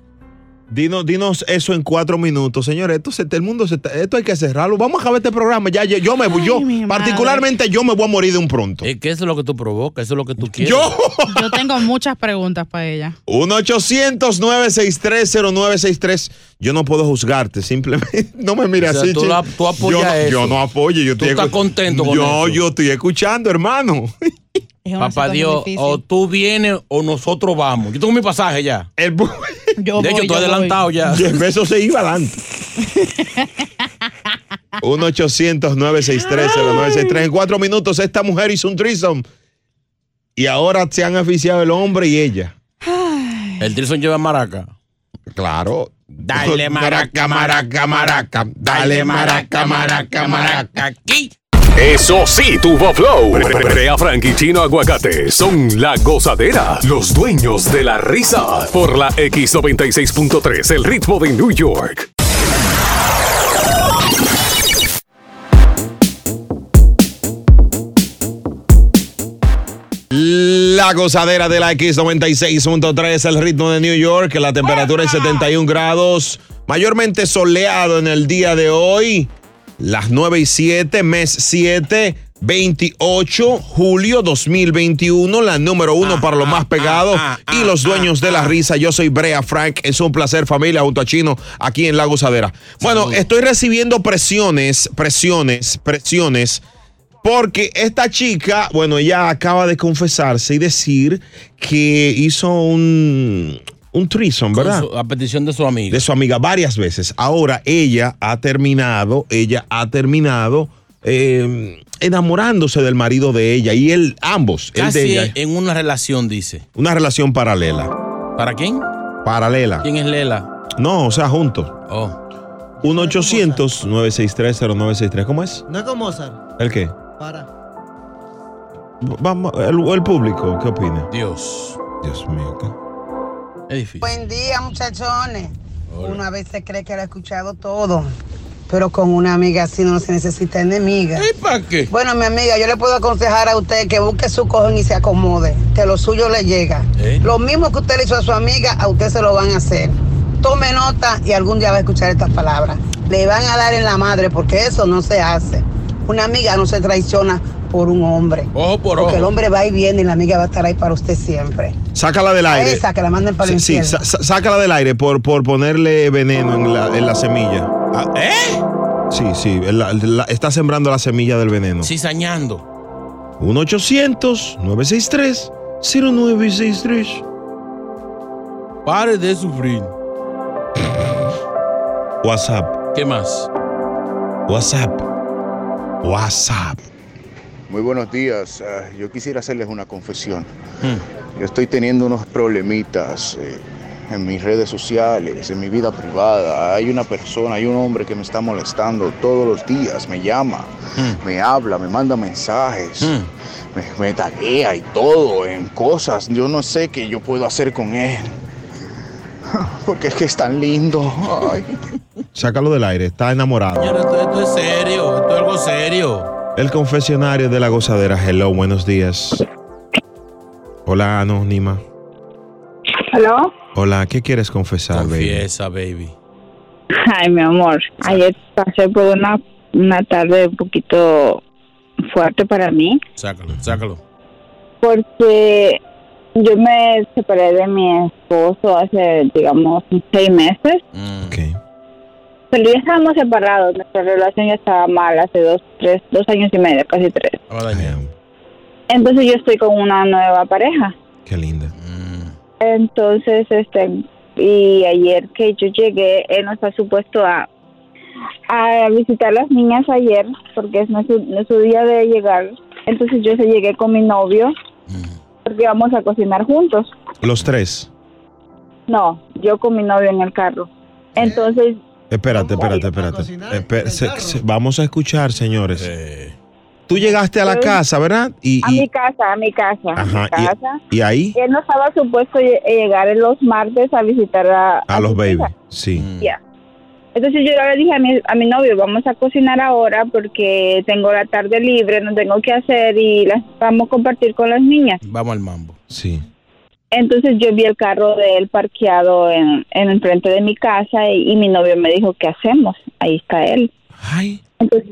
[SPEAKER 2] Dinos, dinos eso en cuatro minutos, señores. Esto se- el mundo se está- esto hay que cerrarlo. Vamos a acabar este programa. Ya, ya- yo me voy, yo particularmente yo me voy a morir de un pronto.
[SPEAKER 5] Es que eso es lo que tú provocas, eso es lo que tú quieres.
[SPEAKER 2] Yo.
[SPEAKER 9] Yo tengo muchas preguntas para ella.
[SPEAKER 2] 1 800 963 0963 Yo no puedo juzgarte, simplemente no me mires
[SPEAKER 5] O sea,
[SPEAKER 2] así.
[SPEAKER 5] tú
[SPEAKER 2] chico.
[SPEAKER 5] la- tú apoyas
[SPEAKER 2] yo, no-
[SPEAKER 5] eso.
[SPEAKER 2] yo no apoyo, yo
[SPEAKER 5] Tú
[SPEAKER 2] estoy
[SPEAKER 5] estás
[SPEAKER 2] escu-
[SPEAKER 5] contento con
[SPEAKER 2] yo,
[SPEAKER 5] eso.
[SPEAKER 2] Yo estoy escuchando, hermano.
[SPEAKER 5] Papá Dios, o tú vienes o nosotros vamos. Yo tengo mi pasaje ya. de hecho,
[SPEAKER 2] voy,
[SPEAKER 5] estoy
[SPEAKER 2] yo
[SPEAKER 5] adelantado
[SPEAKER 2] voy.
[SPEAKER 5] ya.
[SPEAKER 2] Jeff Bezos se iba adelante. 1 800 963 0963 En cuatro minutos esta mujer hizo un threesome y ahora se han aficiado el hombre y ella.
[SPEAKER 5] El Trilson lleva maraca.
[SPEAKER 2] Claro.
[SPEAKER 5] Dale maraca,
[SPEAKER 2] maraca, maraca.
[SPEAKER 5] Dale maraca, maraca, maraca. Aquí.
[SPEAKER 7] Eso sí, tuvo flow. Brea Frank y Chino Aguacate son la gozadera, los dueños de la risa. Por la X96.3, el ritmo de New York.
[SPEAKER 2] La gozadera de la X96.3, el ritmo de New York, la temperatura es 71 grados, mayormente soleado en el día de hoy, las 9 y 7, mes 7, 28, julio 2021, la número uno para los más pegados y
[SPEAKER 5] Ah,
[SPEAKER 2] los dueños de la risa. Yo soy Brea Frank, es un placer familia junto a Chino aquí en La Gozadera. Bueno, estoy recibiendo presiones, presiones, presiones. Porque esta chica, bueno, ella acaba de confesarse y decir que hizo un, un threesome,
[SPEAKER 5] Con
[SPEAKER 2] ¿verdad?
[SPEAKER 5] su- a petición de su amiga.
[SPEAKER 2] De su amiga varias veces. Ahora ella ha terminado, ella ha terminado eh, enamorándose del marido de ella y él, ambos, él de
[SPEAKER 5] Casi
[SPEAKER 2] ella.
[SPEAKER 5] en una relación, dice.
[SPEAKER 2] Una relación paralela.
[SPEAKER 5] ¿Para quién?
[SPEAKER 2] Paralela.
[SPEAKER 5] ¿Quién es Lela?
[SPEAKER 2] No, o sea, juntos.
[SPEAKER 5] Oh.
[SPEAKER 2] 1-800-963-0963. ¿Cómo es?
[SPEAKER 8] No es como Mozart.
[SPEAKER 2] ¿El qué?
[SPEAKER 8] Para.
[SPEAKER 2] Vamos, el, el público, ¿qué opina?
[SPEAKER 5] Dios.
[SPEAKER 2] Dios mío, ¿qué?
[SPEAKER 5] Es difícil.
[SPEAKER 1] Buen día, muchachones. Una vez se cree que lo ha escuchado todo, pero con una amiga así no se necesita enemiga.
[SPEAKER 5] ¿Y para qué?
[SPEAKER 1] Bueno, mi amiga, yo le puedo aconsejar a usted que busque su cojón y se acomode, que lo suyo le llega.
[SPEAKER 22] ¿Eh?
[SPEAKER 1] Lo mismo que usted le hizo a su amiga, a usted se lo van a hacer. Tome nota y algún día va a escuchar estas palabras. Le van a dar en la madre porque eso no se hace. Una amiga no se traiciona por un hombre.
[SPEAKER 5] Ojo por
[SPEAKER 1] Porque
[SPEAKER 2] ojo.
[SPEAKER 1] el hombre va y viene y la amiga va a estar ahí para usted siempre.
[SPEAKER 2] Sácala del
[SPEAKER 1] A
[SPEAKER 2] aire.
[SPEAKER 1] esa que la manden para el
[SPEAKER 2] Sí, sí,
[SPEAKER 1] infierno.
[SPEAKER 2] sa- sa- sácala del aire por, por ponerle veneno en la, en la semilla. Ah, ¿Eh? Sí, sí, la- la- está sembrando la semilla del veneno.
[SPEAKER 5] Cizañando.
[SPEAKER 2] 1-800-963-0963.
[SPEAKER 5] Pare de sufrir.
[SPEAKER 2] WhatsApp,
[SPEAKER 5] ¿Qué más?
[SPEAKER 2] WhatsApp, WhatsApp.
[SPEAKER 15] Muy buenos días. Ah, yo quisiera hacerles una confesión.
[SPEAKER 5] Hmm.
[SPEAKER 15] Yo estoy teniendo unos problemitas eh, en mis redes sociales, en mi vida privada. Hay una persona, hay un hombre que me está molestando todos los días. Me llama,
[SPEAKER 5] Hmm.
[SPEAKER 15] me habla, me manda mensajes, me, me taguea y todo en cosas. Yo no sé qué yo puedo hacer con él. Porque es que es tan lindo. Ay.
[SPEAKER 2] Sácalo del aire, está enamorado.
[SPEAKER 5] Esto, esto es serio, esto es algo serio.
[SPEAKER 2] El confesionario de la gozadera. Hello, buenos días. Hola, anónima.
[SPEAKER 23] ¿Aló?
[SPEAKER 2] Hola, ¿qué quieres confesar, baby?
[SPEAKER 5] Esa baby.
[SPEAKER 23] Ay, mi amor, ayer pasé por una, una tarde un poquito fuerte para mí
[SPEAKER 5] Sácalo, sácalo.
[SPEAKER 23] porque yo me
[SPEAKER 2] Mm.
[SPEAKER 23] separé de mi esposo hace, digamos, seis meses.
[SPEAKER 13] Pero Pues ya estábamos separados, nuestra relación ya estaba mal hace dos, tres, dos años y medio, casi tres. Entonces yo estoy con una nueva pareja. Qué linda. Entonces, este, y ayer que yo llegué, él nos ha supuesto a, a visitar a las niñas ayer, porque es nuestro, nuestro día de llegar. Entonces yo se llegué con mi novio, porque vamos a cocinar juntos.
[SPEAKER 2] Los tres.
[SPEAKER 13] No, yo con mi novio en el carro. Entonces
[SPEAKER 2] Espérate, espérate, espérate. Espe- se- se- vamos a escuchar, señores.
[SPEAKER 5] Eh.
[SPEAKER 2] Tú llegaste a la
[SPEAKER 13] Pues,
[SPEAKER 2] casa, ¿verdad? Y,
[SPEAKER 13] a
[SPEAKER 2] y-
[SPEAKER 13] mi casa, a mi casa. a mi
[SPEAKER 2] Ajá, y-
[SPEAKER 13] casa.
[SPEAKER 2] y ahí
[SPEAKER 13] Él no estaba supuesto lle- llegar los martes a visitar a,
[SPEAKER 2] a los
[SPEAKER 13] su
[SPEAKER 2] baby.
[SPEAKER 13] hija. Mm.
[SPEAKER 2] Sí.
[SPEAKER 13] Ya. Entonces yo le dije a mi, a mi novio, vamos a cocinar ahora porque tengo la tarde libre, no tengo que hacer y las vamos a compartir con las niñas.
[SPEAKER 5] Vamos al mambo.
[SPEAKER 2] Sí.
[SPEAKER 13] Entonces yo vi el carro de él parqueado en, en el frente de mi casa y, y mi novio me dijo, ¿qué hacemos? Ahí está él. Entonces,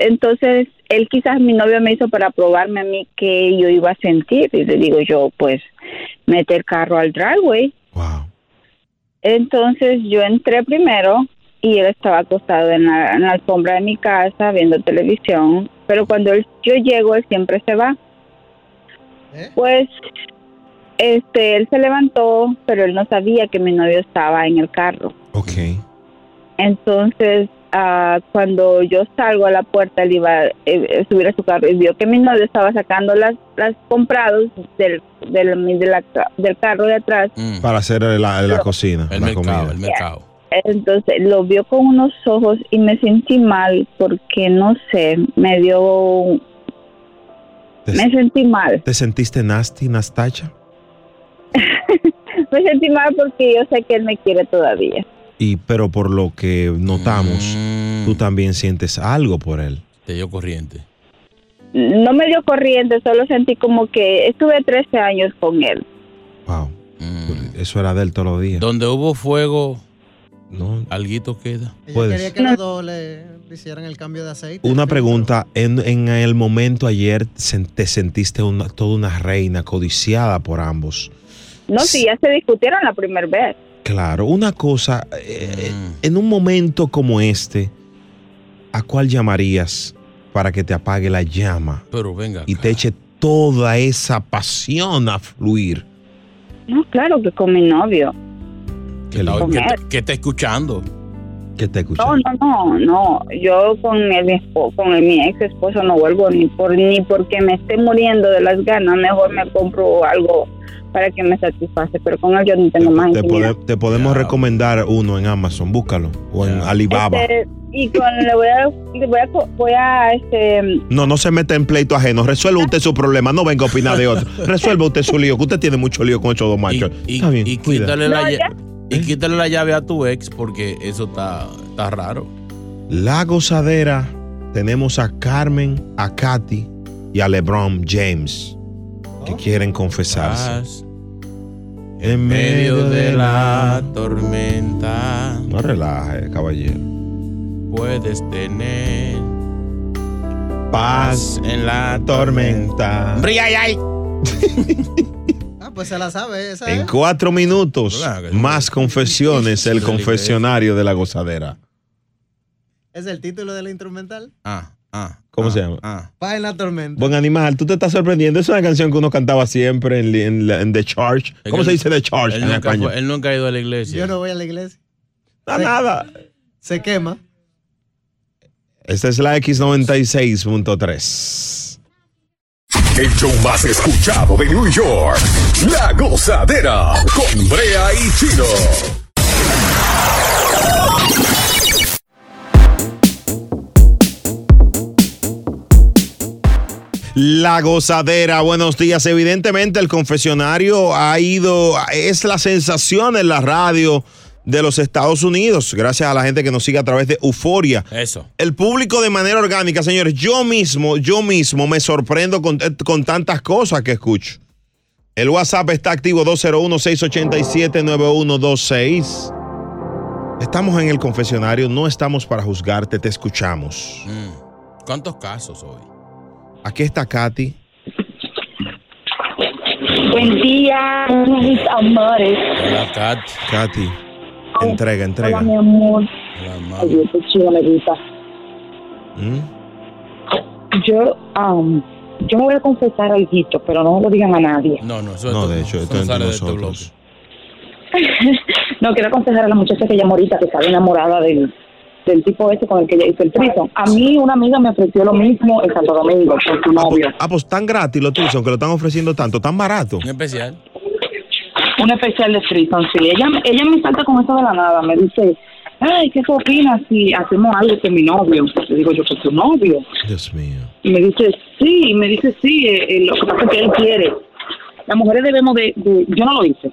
[SPEAKER 13] entonces, él quizás mi novio me hizo para probarme a mí que yo iba a sentir. Y le digo yo, pues, mete el carro al driveway. Entonces yo entré primero y él estaba acostado en la, en la alfombra de mi casa viendo televisión. Pero cuando él- yo llego, él siempre se va. Pues este, él se levantó, pero él no sabía que mi novio estaba en el carro.
[SPEAKER 2] Ok.
[SPEAKER 13] Entonces, ah, cuando yo salgo a la puerta, él iba eh, eh, a subir a su carro y vio que mi novio estaba sacando las, las comprados del, del, de la ca- del carro de atrás.
[SPEAKER 5] Mm.
[SPEAKER 2] Para hacer la, la cocina. la comida.
[SPEAKER 13] Entonces, lo vio con unos ojos y me sentí mal porque, no sé, me dio... un- Me sentí mal.
[SPEAKER 2] ¿Te sentiste nasty, Nastacha?
[SPEAKER 13] Me sentí mal porque yo sé que él me quiere todavía.
[SPEAKER 2] Y pero por lo que notamos, tú también sientes algo por él.
[SPEAKER 5] Mm. Te dio corriente.
[SPEAKER 13] no me dio corriente, solo sentí como que estuve 13 años con él.
[SPEAKER 2] Eso era de él todos los días.
[SPEAKER 5] Donde hubo fuego,
[SPEAKER 2] no.
[SPEAKER 5] alguito queda.
[SPEAKER 8] Quería que los dos le, le hicieran el cambio de aceite.
[SPEAKER 2] Una pregunta, en, en el momento ayer sen- te sentiste una- toda una reina codiciada por ambos.
[SPEAKER 13] No, si ya se discutieron la primera vez.
[SPEAKER 2] Claro, una cosa, eh,
[SPEAKER 5] Mm.
[SPEAKER 2] en un momento como este, ¿a cuál llamarías para que te apague la llama
[SPEAKER 5] Pero venga.
[SPEAKER 2] y te eche toda esa pasión a fluir?
[SPEAKER 13] No, claro que con mi novio.
[SPEAKER 2] Que,
[SPEAKER 5] la-
[SPEAKER 13] Con
[SPEAKER 5] que,
[SPEAKER 13] él.
[SPEAKER 5] que está escuchando.
[SPEAKER 2] Que te
[SPEAKER 13] No, no, no, no. Yo con el espo- con el- mi ex esposo no vuelvo ni por ni porque me esté muriendo de las ganas. Mejor me compro algo para que me satisface. Pero con él yo no tengo más.
[SPEAKER 2] Te,
[SPEAKER 13] intimidad.
[SPEAKER 2] pode- te podemos recomendar uno en Amazon, búscalo, o en Alibaba.
[SPEAKER 13] Este, y con le voy a le voy a, co- voy a este
[SPEAKER 2] No, no se meta en pleito ajeno. Resuelva usted su problema. No venga a opinar de otro. Resuelva usted su lío, que usted tiene mucho lío con esos dos machos. Está bien, cuida.
[SPEAKER 5] Quítale la lla- y quítale la llave a tu ex porque eso está, está raro.
[SPEAKER 2] La gozadera. Tenemos a Carmen, a Katy y a LeBron James que
[SPEAKER 5] Oh.
[SPEAKER 2] quieren confesarse. En
[SPEAKER 5] Ah, medio de la tormenta
[SPEAKER 2] No relaje, caballero.
[SPEAKER 5] puedes tener
[SPEAKER 2] Paz
[SPEAKER 5] en la
[SPEAKER 2] tormenta.
[SPEAKER 8] Ah, pues se la sabe esa.
[SPEAKER 2] En cuatro minutos, más confesiones, el confesionario de la gozadera.
[SPEAKER 8] Es el título de la instrumental.
[SPEAKER 5] Ah, ah.
[SPEAKER 2] ¿Cómo se llama?
[SPEAKER 8] Paz en la tormenta.
[SPEAKER 2] Buen animal, tú te estás sorprendiendo. Es una canción que uno cantaba siempre en, li- en la- en The Charge.
[SPEAKER 5] Es
[SPEAKER 2] ¿Cómo
[SPEAKER 5] que
[SPEAKER 2] se
[SPEAKER 5] él-
[SPEAKER 2] dice The Charge
[SPEAKER 5] Él
[SPEAKER 2] en
[SPEAKER 5] nunca,
[SPEAKER 2] español?
[SPEAKER 5] fue- él nunca ha ido a la iglesia.
[SPEAKER 8] Yo no voy a la iglesia.
[SPEAKER 2] No, nada.
[SPEAKER 8] Se quema.
[SPEAKER 2] Esta es la X96.3.
[SPEAKER 24] El show más escuchado de New York. La gozadera con Brea y Chino.
[SPEAKER 2] La gozadera, buenos días. Evidentemente el confesionario ha ido, es la sensación en la radio de los Estados Unidos, gracias a la gente que nos sigue a través de Euforia.
[SPEAKER 5] Eso.
[SPEAKER 2] El público de manera orgánica, señores, yo mismo, yo mismo me sorprendo con, eh, con tantas cosas que escucho. El WhatsApp está activo 201-687-9126. Estamos en el confesionario, no estamos para juzgarte, te escuchamos.
[SPEAKER 5] Mm. ¿Cuántos casos hoy?
[SPEAKER 2] Aquí está Katy.
[SPEAKER 23] Buen día, mis amores.
[SPEAKER 5] Hola, Kat.
[SPEAKER 2] Katy, entrega, entrega.
[SPEAKER 23] Hola, mi amor. Ay, este chivo me gusta. Yo, am, yo me voy a confesar algo, pero no lo digan a nadie.
[SPEAKER 5] No, no, eso
[SPEAKER 2] No, de hecho, esto
[SPEAKER 5] no
[SPEAKER 2] es entre
[SPEAKER 5] sale de este
[SPEAKER 2] nosotros.
[SPEAKER 23] no, quiero aconsejar a la muchacha que llamó ahorita, que estaba enamorada del, del tipo ese con el que ella hizo el trison. A mí una amiga me ofreció lo mismo en Santo Domingo, con su novio.
[SPEAKER 2] Ah, pues tan gratis los turistas, que lo están ofreciendo tanto, tan barato.
[SPEAKER 5] especial.
[SPEAKER 23] Un especial de Freeson, sí. Ella, ella me salta con eso de la nada. Me dice, ay, ¿qué tú opinas si hacemos algo con mi novio? Le digo yo, con tu novio.
[SPEAKER 2] Dios mío.
[SPEAKER 23] Y me dice, sí, y me dice, sí, eh, eh, lo que pasa es que él quiere. Las mujeres debemos de, de- Yo no lo hice,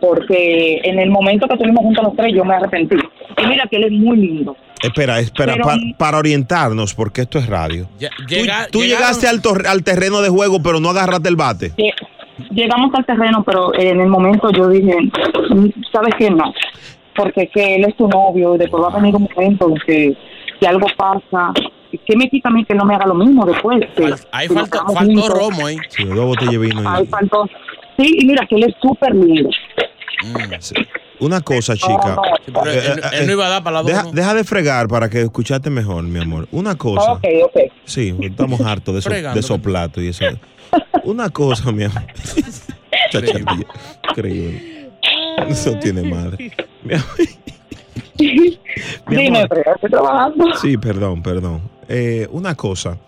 [SPEAKER 23] porque en el momento que estuvimos juntos los tres, yo me arrepentí. Y mira que él es muy lindo.
[SPEAKER 2] Espera, espera,
[SPEAKER 23] Pero-
[SPEAKER 2] pa- para orientarnos, porque esto es radio.
[SPEAKER 5] Llega,
[SPEAKER 2] Tú llegaste al, tor- al terreno de juego, pero no agarraste el bate.
[SPEAKER 23] Eh, Llegamos al terreno, pero eh, en el momento yo dije, ¿sabes qué? No, porque es que él es tu novio y después va a venir un momento en que si algo pasa, ¿qué me quita a mí que no me haga lo mismo después? Que-
[SPEAKER 5] Ahí
[SPEAKER 23] que nos
[SPEAKER 5] falta,
[SPEAKER 23] quedamos
[SPEAKER 5] faltó
[SPEAKER 23] juntos.
[SPEAKER 5] romo, ¿eh?
[SPEAKER 2] Sí, dos botellas de vino. y-
[SPEAKER 23] Ahí faltó. Sí, y mira que él es súper lindo.
[SPEAKER 2] Sí. Una cosa, chica.
[SPEAKER 5] Mm.
[SPEAKER 2] Eh,
[SPEAKER 5] pero él- él- él no iba a dar para las dos,
[SPEAKER 2] Deja,
[SPEAKER 5] ¿no?
[SPEAKER 2] deja de fregar para que escuchaste mejor, mi amor. Una cosa.
[SPEAKER 23] Ok, ok.
[SPEAKER 2] Sí, estamos hartos de, eso,
[SPEAKER 5] Fregando.
[SPEAKER 2] de esos platos y eso. Una cosa, mi amor. Chachatilla. Increíble. Eso tiene madre. Mi am- Mi
[SPEAKER 23] Dime,
[SPEAKER 2] amor.
[SPEAKER 23] pero estoy trabajando.
[SPEAKER 2] Sí, perdón, perdón. Eh, una cosa.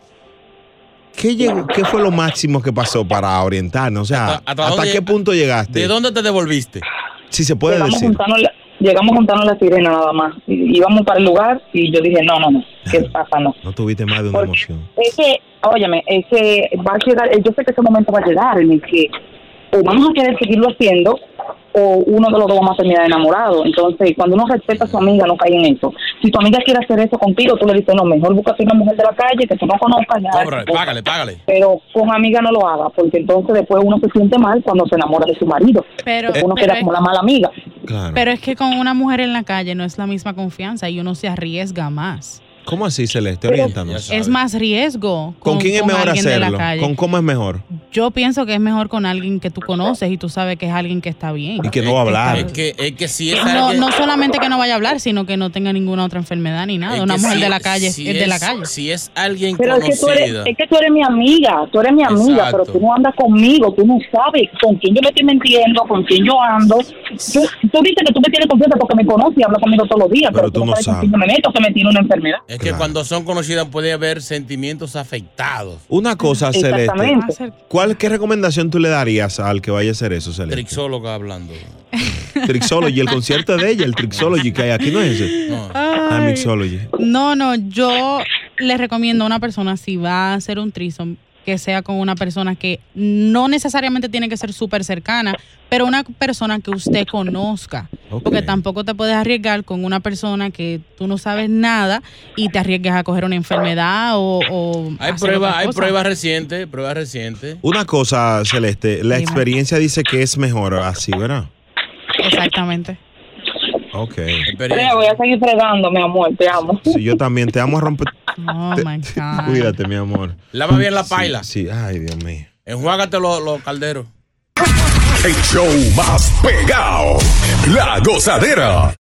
[SPEAKER 2] ¿Qué, llegó- qué fue lo máximo que pasó para orientarnos? O sea,
[SPEAKER 5] ¿Hasta-
[SPEAKER 2] ¿hasta,
[SPEAKER 5] hasta dónde-
[SPEAKER 2] qué punto llegaste?
[SPEAKER 5] ¿De dónde te devolviste?
[SPEAKER 2] Si se puede
[SPEAKER 23] llegamos
[SPEAKER 2] decir.
[SPEAKER 23] juntando la- llegamos juntando la sirena nada más. Y- Íbamos para el lugar y yo dije, no, no, no, ¿qué pasa? No.
[SPEAKER 2] No tuviste más de una emoción.
[SPEAKER 23] Es que, óyeme, es que va a llegar, yo sé que ese momento va a llegar en el que o vamos a querer seguirlo haciendo o uno de los dos vamos a terminar enamorado. Entonces, cuando uno respeta a su amiga, no cae en eso. Si tu amiga quiere hacer eso contigo, tú le dices, no, mejor búscate una mujer de la calle que tú no conozcas. ya".
[SPEAKER 5] Cóbrale, págale, págale.
[SPEAKER 23] Pero con amiga no lo haga, porque entonces después uno se siente mal cuando se enamora de su marido.
[SPEAKER 9] Pero-
[SPEAKER 23] Porque uno
[SPEAKER 9] pero
[SPEAKER 23] queda
[SPEAKER 9] es-
[SPEAKER 23] como la mala amiga.
[SPEAKER 2] Ah,
[SPEAKER 9] Pero es que con una mujer en la calle no es la misma confianza y uno se arriesga más.
[SPEAKER 2] ¿Cómo así, Celeste? Oriéntanos.
[SPEAKER 9] Es más riesgo.
[SPEAKER 2] ¿Con, quién es mejor
[SPEAKER 9] alguien de la
[SPEAKER 2] hacerlo?
[SPEAKER 9] calle.
[SPEAKER 2] ¿Con cómo es mejor?
[SPEAKER 9] Yo pienso que es mejor con alguien que tú conoces y tú sabes que es alguien que está bien. Este,
[SPEAKER 2] Y que no va a hablar.
[SPEAKER 5] Es que, es que si es
[SPEAKER 9] No,
[SPEAKER 5] alguien-
[SPEAKER 9] no solamente que no vaya a hablar, sino que no tenga ninguna otra enfermedad ni nada.
[SPEAKER 5] es
[SPEAKER 9] Una
[SPEAKER 5] que
[SPEAKER 9] mujer
[SPEAKER 5] si-
[SPEAKER 9] de la calle
[SPEAKER 5] si
[SPEAKER 9] es, de la
[SPEAKER 5] es-
[SPEAKER 9] calle.
[SPEAKER 5] Si es alguien
[SPEAKER 23] Pero es que, tú eres,
[SPEAKER 5] conocida.
[SPEAKER 23] es que tú eres mi amiga, tú eres mi amiga,
[SPEAKER 5] Exacto.
[SPEAKER 23] pero tú no andas conmigo, tú no sabes con quién yo me estoy mintiendo, con quién yo ando. Tú, tú dices que tú me tienes confianza porque me conoces y hablas conmigo todos los días, pero, tú, no sabes con quién yo me meto, que me tiene una enfermedad.
[SPEAKER 5] Es que cuando son conocidas puede haber sentimientos afectados.
[SPEAKER 2] Una cosa,
[SPEAKER 5] Exactamente.
[SPEAKER 2] Celeste. ¿Cuál, ¿Qué recomendación tú le darías al que vaya a hacer eso, Celeste?
[SPEAKER 5] Trixóloga hablando.
[SPEAKER 2] Trixology, el concierto de ella, el Trixology que hay aquí, ¿no es ese?
[SPEAKER 5] No.
[SPEAKER 2] Ah,
[SPEAKER 9] Ay.
[SPEAKER 2] Mixology.
[SPEAKER 9] No, no, yo le recomiendo a una persona si va a hacer un trisom que sea con una persona que no necesariamente tiene que ser súper cercana, pero una persona que usted conozca. Porque tampoco te puedes arriesgar con una persona que tú no sabes nada y te arriesgas a coger una enfermedad o... o
[SPEAKER 5] Hay
[SPEAKER 9] hacer
[SPEAKER 5] pruebas,
[SPEAKER 9] otra
[SPEAKER 5] hay
[SPEAKER 9] cosa.
[SPEAKER 5] pruebas recientes, pruebas recientes.
[SPEAKER 2] Una cosa, Celeste. La
[SPEAKER 5] Dime.
[SPEAKER 2] experiencia dice que es mejor así, ¿verdad?
[SPEAKER 9] Exactamente.
[SPEAKER 2] Ok.
[SPEAKER 23] Pero voy a seguir fregando, mi amor, te amo.
[SPEAKER 2] Sí, yo también te amo a romper.
[SPEAKER 9] Oh, my God.
[SPEAKER 2] Cuídate, mi amor.
[SPEAKER 5] Ah. Lava bien la
[SPEAKER 2] Sí,
[SPEAKER 5] paila.
[SPEAKER 2] Sí, ay, Dios mío.
[SPEAKER 5] Enjuágate los, los calderos.
[SPEAKER 7] El show más pegado. La gozadera.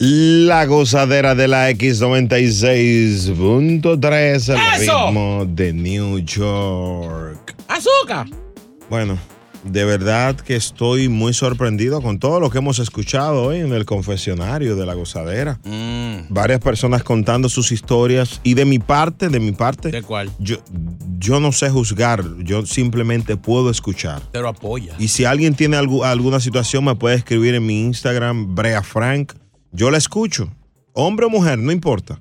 [SPEAKER 2] La gozadera de la X96.3, el
[SPEAKER 5] ¡Eso!
[SPEAKER 2] ritmo de New York.
[SPEAKER 5] ¡Azúcar!
[SPEAKER 2] Bueno, de verdad que estoy muy sorprendido con todo lo que hemos escuchado hoy en el confesionario de la gozadera. Varias personas contando sus historias y de mi parte, de mi parte.
[SPEAKER 5] ¿De cuál?
[SPEAKER 2] Yo, yo no sé juzgar, yo simplemente puedo escuchar.
[SPEAKER 5] Pero apoya.
[SPEAKER 2] Y si alguien tiene algu- alguna situación, me puede escribir en mi Instagram, Brea Frank. Yo la escucho. Hombre o mujer, no importa.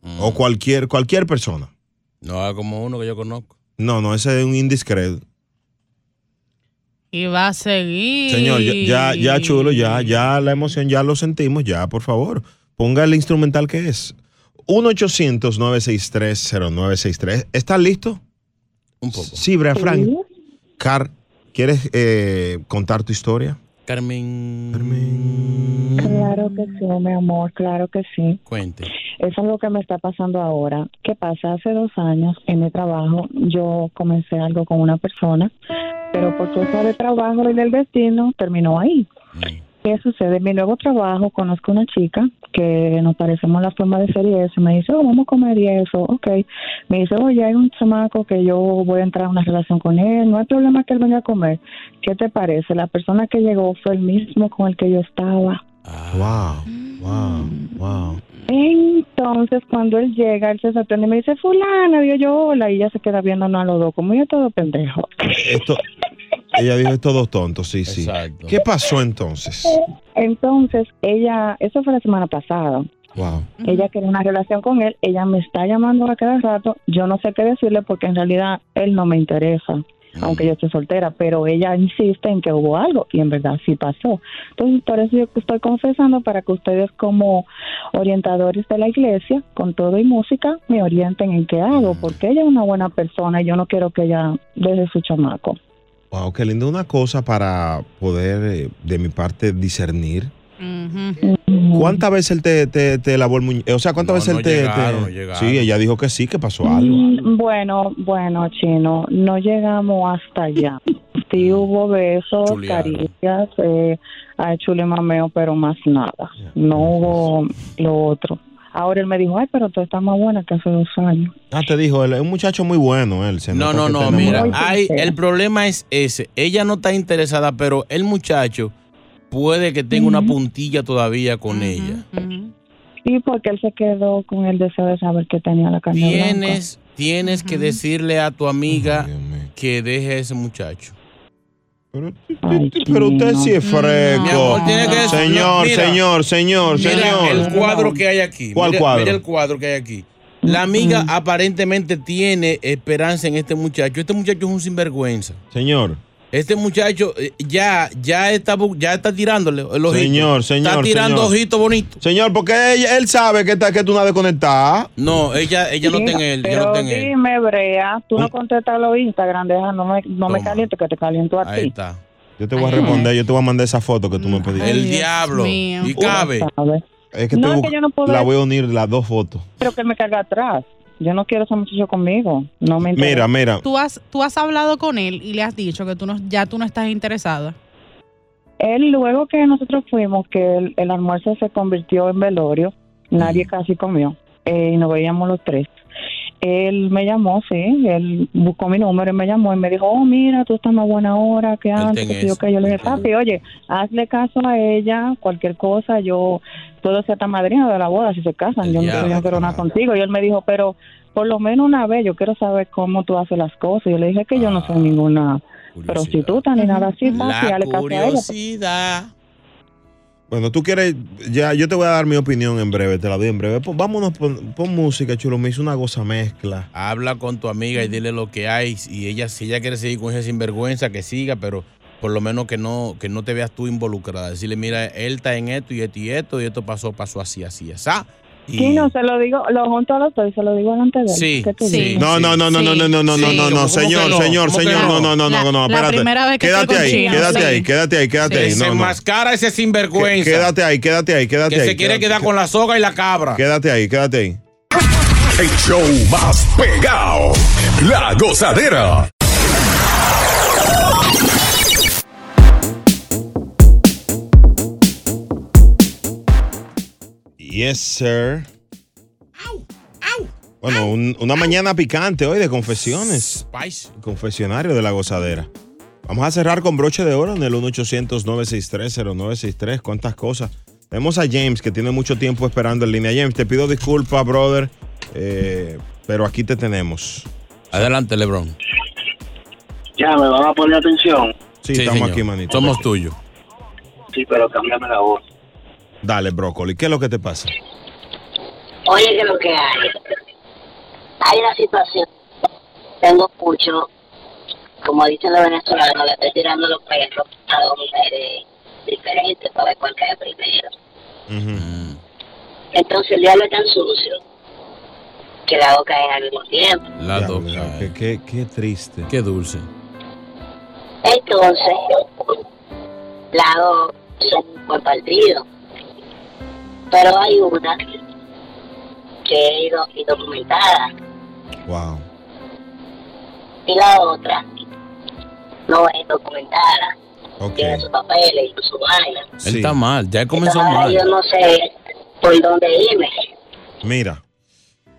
[SPEAKER 5] Mm.
[SPEAKER 2] O cualquier, cualquier persona.
[SPEAKER 5] No haga como uno que yo conozco.
[SPEAKER 2] No, no, ese es un indiscreto.
[SPEAKER 9] Y va a seguir.
[SPEAKER 2] Señor, ya, ya, ya, chulo, ya, ya la emoción, ya lo sentimos, ya, por favor. Ponga el instrumental que es. 1-800-963-0963. ¿Estás listo?
[SPEAKER 5] Un poco.
[SPEAKER 2] Sí, Brea Frank. Car, ¿quieres eh, contar tu historia?
[SPEAKER 5] Carmen,
[SPEAKER 2] Carmen. Mm.
[SPEAKER 23] Claro que sí, mi amor, claro que sí.
[SPEAKER 5] cuente.
[SPEAKER 6] Es algo que me está pasando ahora. ¿Qué pasa? Hace dos años en mi trabajo yo comencé algo con una persona, pero por cosa de trabajo y del destino terminó ahí. ¿Qué sucede? En mi nuevo trabajo conozco una chica que nos parecemos la forma de ser y eso. Me dice, oh, vamos a comer y eso. Ok. Me dice, oye, hay un chamaco que yo voy a entrar en una relación con él. No hay problema que él venga a comer. ¿Qué te parece? La persona que llegó fue el mismo con el que yo estaba.
[SPEAKER 2] Wow, wow, wow.
[SPEAKER 6] Entonces, cuando él llega, él se sorprende y me dice, fulana, digo yo, hola, y ella se queda viéndonos a los dos, como yo todo pendejo.
[SPEAKER 2] Esto, ella dijo estos dos tontos, sí, sí. ¿Qué pasó entonces?
[SPEAKER 6] Entonces, ella, eso fue la semana pasada,
[SPEAKER 2] Wow.
[SPEAKER 6] ella quería una relación con él, ella me está llamando a cada rato, yo no sé qué decirle porque en realidad él no me interesa, aunque yo estoy soltera, pero ella insiste en que hubo algo y en verdad sí pasó. Entonces, por eso yo estoy confesando para que ustedes como orientadores de la iglesia, con todo y música, me orienten en qué hago, porque ella es una buena persona y yo no quiero que ella deje su chamaco.
[SPEAKER 2] Wow, qué lindo. Una cosa para poder, eh, de mi parte, discernir. ¿Cuántas veces él te, te, te lavó el muñeco? O sea, ¿cuántas
[SPEAKER 5] No,
[SPEAKER 2] veces
[SPEAKER 5] no
[SPEAKER 2] él te-
[SPEAKER 5] llegaron,
[SPEAKER 2] te,
[SPEAKER 5] no llegaron.
[SPEAKER 2] Sí, ella dijo que sí, que pasó algo.
[SPEAKER 6] Mm, Bueno, bueno, chino, no llegamos hasta allá. Sí hubo besos, caricias, eh, ay, chule mameo, pero más nada. No hubo lo otro. Ahora él me dijo, ay, pero tú estás más buena que hace dos años.
[SPEAKER 2] Ah, te dijo, él es un muchacho muy bueno, él. se
[SPEAKER 5] No,
[SPEAKER 2] nota
[SPEAKER 5] no,
[SPEAKER 2] que
[SPEAKER 5] no,
[SPEAKER 2] está
[SPEAKER 5] mira, eh,
[SPEAKER 2] enamorado.
[SPEAKER 5] hay, el problema es ese. Ella no está interesada, pero el muchacho puede que tenga una puntilla todavía con ella.
[SPEAKER 6] Sí, porque él se quedó con el deseo de saber que tenía la carne
[SPEAKER 5] Tienes, tienes que decirle a tu amiga que deje a ese muchacho.
[SPEAKER 2] Pero usted sí es
[SPEAKER 5] Mi amor,
[SPEAKER 2] fresco.
[SPEAKER 5] tiene que decir-
[SPEAKER 2] Señor,
[SPEAKER 5] no, mira.
[SPEAKER 2] señor, señor,
[SPEAKER 5] Mira
[SPEAKER 2] señor.
[SPEAKER 5] el cuadro que hay aquí.
[SPEAKER 2] ¿Cuál
[SPEAKER 5] mira,
[SPEAKER 2] cuadro?
[SPEAKER 5] Mira el cuadro que hay aquí. La amiga aparentemente tiene esperanza en este muchacho. Este muchacho es un sinvergüenza.
[SPEAKER 2] Señor.
[SPEAKER 5] Este muchacho eh, ya, ya, está, bu- ya está tirándole el ojito.
[SPEAKER 2] Señor,
[SPEAKER 5] Está
[SPEAKER 2] señor,
[SPEAKER 5] tirando
[SPEAKER 2] señor.
[SPEAKER 5] ojitos bonitos.
[SPEAKER 2] Señor, porque ella- él sabe que, está, que tú una desconectada.
[SPEAKER 5] No, ella, ella no está en él. Ella no
[SPEAKER 6] Pero
[SPEAKER 5] está en él.
[SPEAKER 6] dime, Brea, tú no contestas los Instagram, deja, no me, no me caliento, que te caliento a ti.
[SPEAKER 5] está.
[SPEAKER 2] Yo te voy a responder, yo te voy a mandar esa foto que tú me pediste.
[SPEAKER 6] El Dios diablo. mío. Y cabe.
[SPEAKER 2] Es que,
[SPEAKER 6] No,
[SPEAKER 2] estoy
[SPEAKER 6] es que
[SPEAKER 2] busc-
[SPEAKER 6] yo no puedo-
[SPEAKER 2] La voy a unir las dos fotos.
[SPEAKER 6] Pero que él me carga atrás. Yo no quiero ese muchacho conmigo. No me
[SPEAKER 2] Mira,
[SPEAKER 6] interesa.
[SPEAKER 2] mira.
[SPEAKER 9] Tú has, tú has hablado con él y le has dicho que tú no, ya tú no estás interesada.
[SPEAKER 6] Él, luego que nosotros fuimos, que el, el almuerzo se convirtió en velorio, nadie casi comió eh, y nos veíamos los tres. Él me llamó, sí, él buscó mi número y me llamó y me dijo, oh, mira, tú estás más buena ahora que antes.
[SPEAKER 10] ten
[SPEAKER 6] que yo,
[SPEAKER 10] eso,
[SPEAKER 6] que yo le dije, papi, oye, hazle caso a ella, cualquier cosa, yo puedo ser tan madrina de la boda si se casan, yo, no- yo no quiero nada contigo. Y él me dijo, pero por lo menos una vez, yo quiero saber cómo tú haces las cosas. Y yo le dije que yo no soy ninguna prostituta ni nada así, papi,
[SPEAKER 5] La
[SPEAKER 6] hazle caso a ella.
[SPEAKER 5] curiosidad.
[SPEAKER 2] Bueno, tú quieres, ya yo te voy a dar mi opinión en breve, te la doy en breve. Pon- vámonos, pon, pon música, chulo, me hizo una goza mezcla.
[SPEAKER 5] Habla con tu amiga y dile lo que hay. Y ella, si ella quiere seguir con ese sinvergüenza, que siga, pero por lo menos que no, que no te veas tú involucrada. Decirle, mira, él está en esto y esto y esto, y esto pasó, pasó así, así, así.
[SPEAKER 6] Sí, no, se lo digo, lo junto a los dos y se lo digo delante de él.
[SPEAKER 5] Sí,
[SPEAKER 6] ¿Qué tú dices?
[SPEAKER 2] No, no, no, no, no, no, no, no, no, no, no, señor, señor, señor, no, no, no, no, no,
[SPEAKER 6] la
[SPEAKER 2] espérate.
[SPEAKER 6] primera vez que
[SPEAKER 2] Quédate
[SPEAKER 6] estoy con
[SPEAKER 2] ahí,
[SPEAKER 6] Chino,
[SPEAKER 2] quédate
[SPEAKER 6] sí.
[SPEAKER 2] ahí, quédate ahí, quédate ahí.
[SPEAKER 5] Que se
[SPEAKER 2] No, no.
[SPEAKER 5] enmascara ese sinvergüenza.
[SPEAKER 2] Qué- Quédate ahí, quédate ahí, quédate
[SPEAKER 5] que
[SPEAKER 2] ahí.
[SPEAKER 5] se quiere
[SPEAKER 2] quédate-
[SPEAKER 5] quedar con la soga y la cabra.
[SPEAKER 2] Quédate ahí, quédate ahí.
[SPEAKER 7] El show más pegado. La gozadera.
[SPEAKER 2] Yes, sir. Bueno, un- una mañana picante hoy de confesiones.
[SPEAKER 5] Spice.
[SPEAKER 2] Confesionario de la gozadera. Vamos a cerrar con broche de oro en el 1-800-963-0963. ¿Cuántas cosas? Tenemos a James que tiene mucho tiempo esperando en línea. James, te pido disculpas, brother, eh, pero aquí te tenemos.
[SPEAKER 5] Adelante, Lebron.
[SPEAKER 22] Ya, me van a poner atención.
[SPEAKER 2] Sí, estamos aquí, manito.
[SPEAKER 5] Somos tuyos.
[SPEAKER 22] Sí, pero cámbiame la voz.
[SPEAKER 2] Dale, brócoli, ¿qué es lo que te pasa?
[SPEAKER 25] Oye, que lo que hay. Hay una situación. Tengo mucho, como dicen los venezolanos, le estoy tirando los perros a dos mujeres diferentes para ver cuál cae primero. Entonces el diablo es tan sucio que la hago caer al mismo tiempo.
[SPEAKER 5] La doca.
[SPEAKER 2] Qué, qué- qué triste.
[SPEAKER 5] Qué dulce.
[SPEAKER 25] Entonces la hago son por partido. Pero hay una que he ido y documentada.
[SPEAKER 2] Wow.
[SPEAKER 25] Y la otra no es documentada. Tiene sus papeles y su vaina.
[SPEAKER 5] Él está mal, ya comenzó
[SPEAKER 25] Ahora
[SPEAKER 5] mal.
[SPEAKER 25] yo no sé por dónde irme.
[SPEAKER 2] Mira,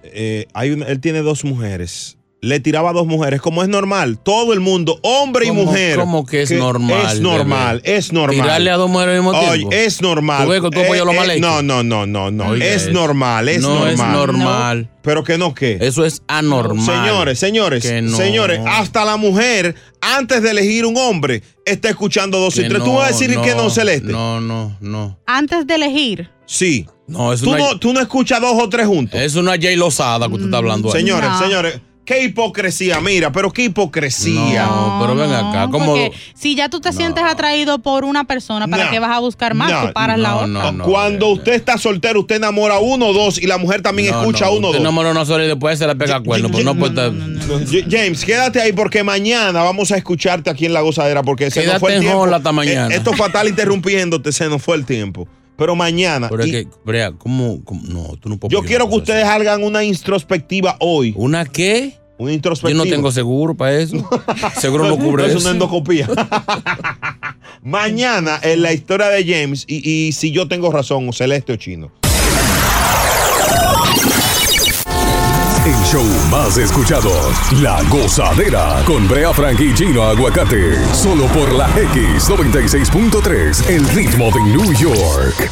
[SPEAKER 2] eh, hay una- él tiene dos mujeres. Le tiraba a dos mujeres, como es normal. Todo el mundo, hombre y mujer.
[SPEAKER 5] ¿Cómo que es normal?
[SPEAKER 2] Es normal,
[SPEAKER 5] bebé?
[SPEAKER 2] es normal.
[SPEAKER 5] Tirarle a dos mujeres al mismo
[SPEAKER 2] Oye,
[SPEAKER 5] tiempo.
[SPEAKER 2] es normal. Eh,
[SPEAKER 5] Tú ves con tu pollo lo mal hecho.
[SPEAKER 2] No, no, no, no, no.
[SPEAKER 5] Oiga
[SPEAKER 2] es
[SPEAKER 5] eso.
[SPEAKER 2] normal, es
[SPEAKER 5] No
[SPEAKER 2] normal.
[SPEAKER 5] es normal.
[SPEAKER 2] Pero que no, ¿qué?
[SPEAKER 5] Eso es anormal.
[SPEAKER 2] Señores, señores,
[SPEAKER 5] Que no.
[SPEAKER 2] señores, hasta la mujer, antes de elegir un hombre, está escuchando dos y
[SPEAKER 5] Que
[SPEAKER 2] tres. ¿Tú
[SPEAKER 5] no,
[SPEAKER 2] vas a decir
[SPEAKER 5] no,
[SPEAKER 2] que no, Celeste?
[SPEAKER 5] No, no, no.
[SPEAKER 9] Antes de elegir,
[SPEAKER 2] Sí.
[SPEAKER 5] No, es
[SPEAKER 2] Tú
[SPEAKER 5] una...
[SPEAKER 2] no- tú no escuchas dos o tres juntos.
[SPEAKER 5] Es una Jay Lozada que usted está hablando ahí.
[SPEAKER 2] Señores, señores, qué hipocresía, mira, pero qué hipocresía.
[SPEAKER 5] No, pero ven acá, ¿cómo?
[SPEAKER 9] porque si ya tú te sientes atraído por una persona, ¿para
[SPEAKER 2] No.
[SPEAKER 9] qué vas a buscar más?
[SPEAKER 2] No,
[SPEAKER 9] tú paras la otra.
[SPEAKER 2] Cuando usted está soltero, usted enamora a uno o dos y la mujer también escucha a uno o
[SPEAKER 5] usted
[SPEAKER 2] dos.
[SPEAKER 5] enamora a una sola y después se la pega a cuerno. pues no puede estar-
[SPEAKER 2] J- James, quédate ahí porque mañana vamos a escucharte aquí en La Gozadera porque se
[SPEAKER 5] Quédate
[SPEAKER 2] nos fue el
[SPEAKER 5] en
[SPEAKER 2] tiempo.
[SPEAKER 5] jola hasta mañana.
[SPEAKER 2] Eh, Esto es fatal interrumpiéndote, se nos fue el tiempo. Pero mañana.
[SPEAKER 5] Pero es
[SPEAKER 2] y-
[SPEAKER 5] que, Brea, ¿cómo, cómo? No, tú no puedes.
[SPEAKER 2] yo quiero que ustedes hagan una introspectiva hoy.
[SPEAKER 5] ¿Una qué?
[SPEAKER 2] Una
[SPEAKER 5] Yo
[SPEAKER 2] introspectiva.
[SPEAKER 5] no tengo seguro para eso. Seguro no cubre
[SPEAKER 2] Es
[SPEAKER 5] eso.
[SPEAKER 2] una endoscopía. Mañana en la historia de James y, y si yo tengo razón, o celeste o chino.
[SPEAKER 7] El show más escuchado, La Gozadera, con Brea Frank y Gino Aguacate, solo por la X96.3, el ritmo de New York.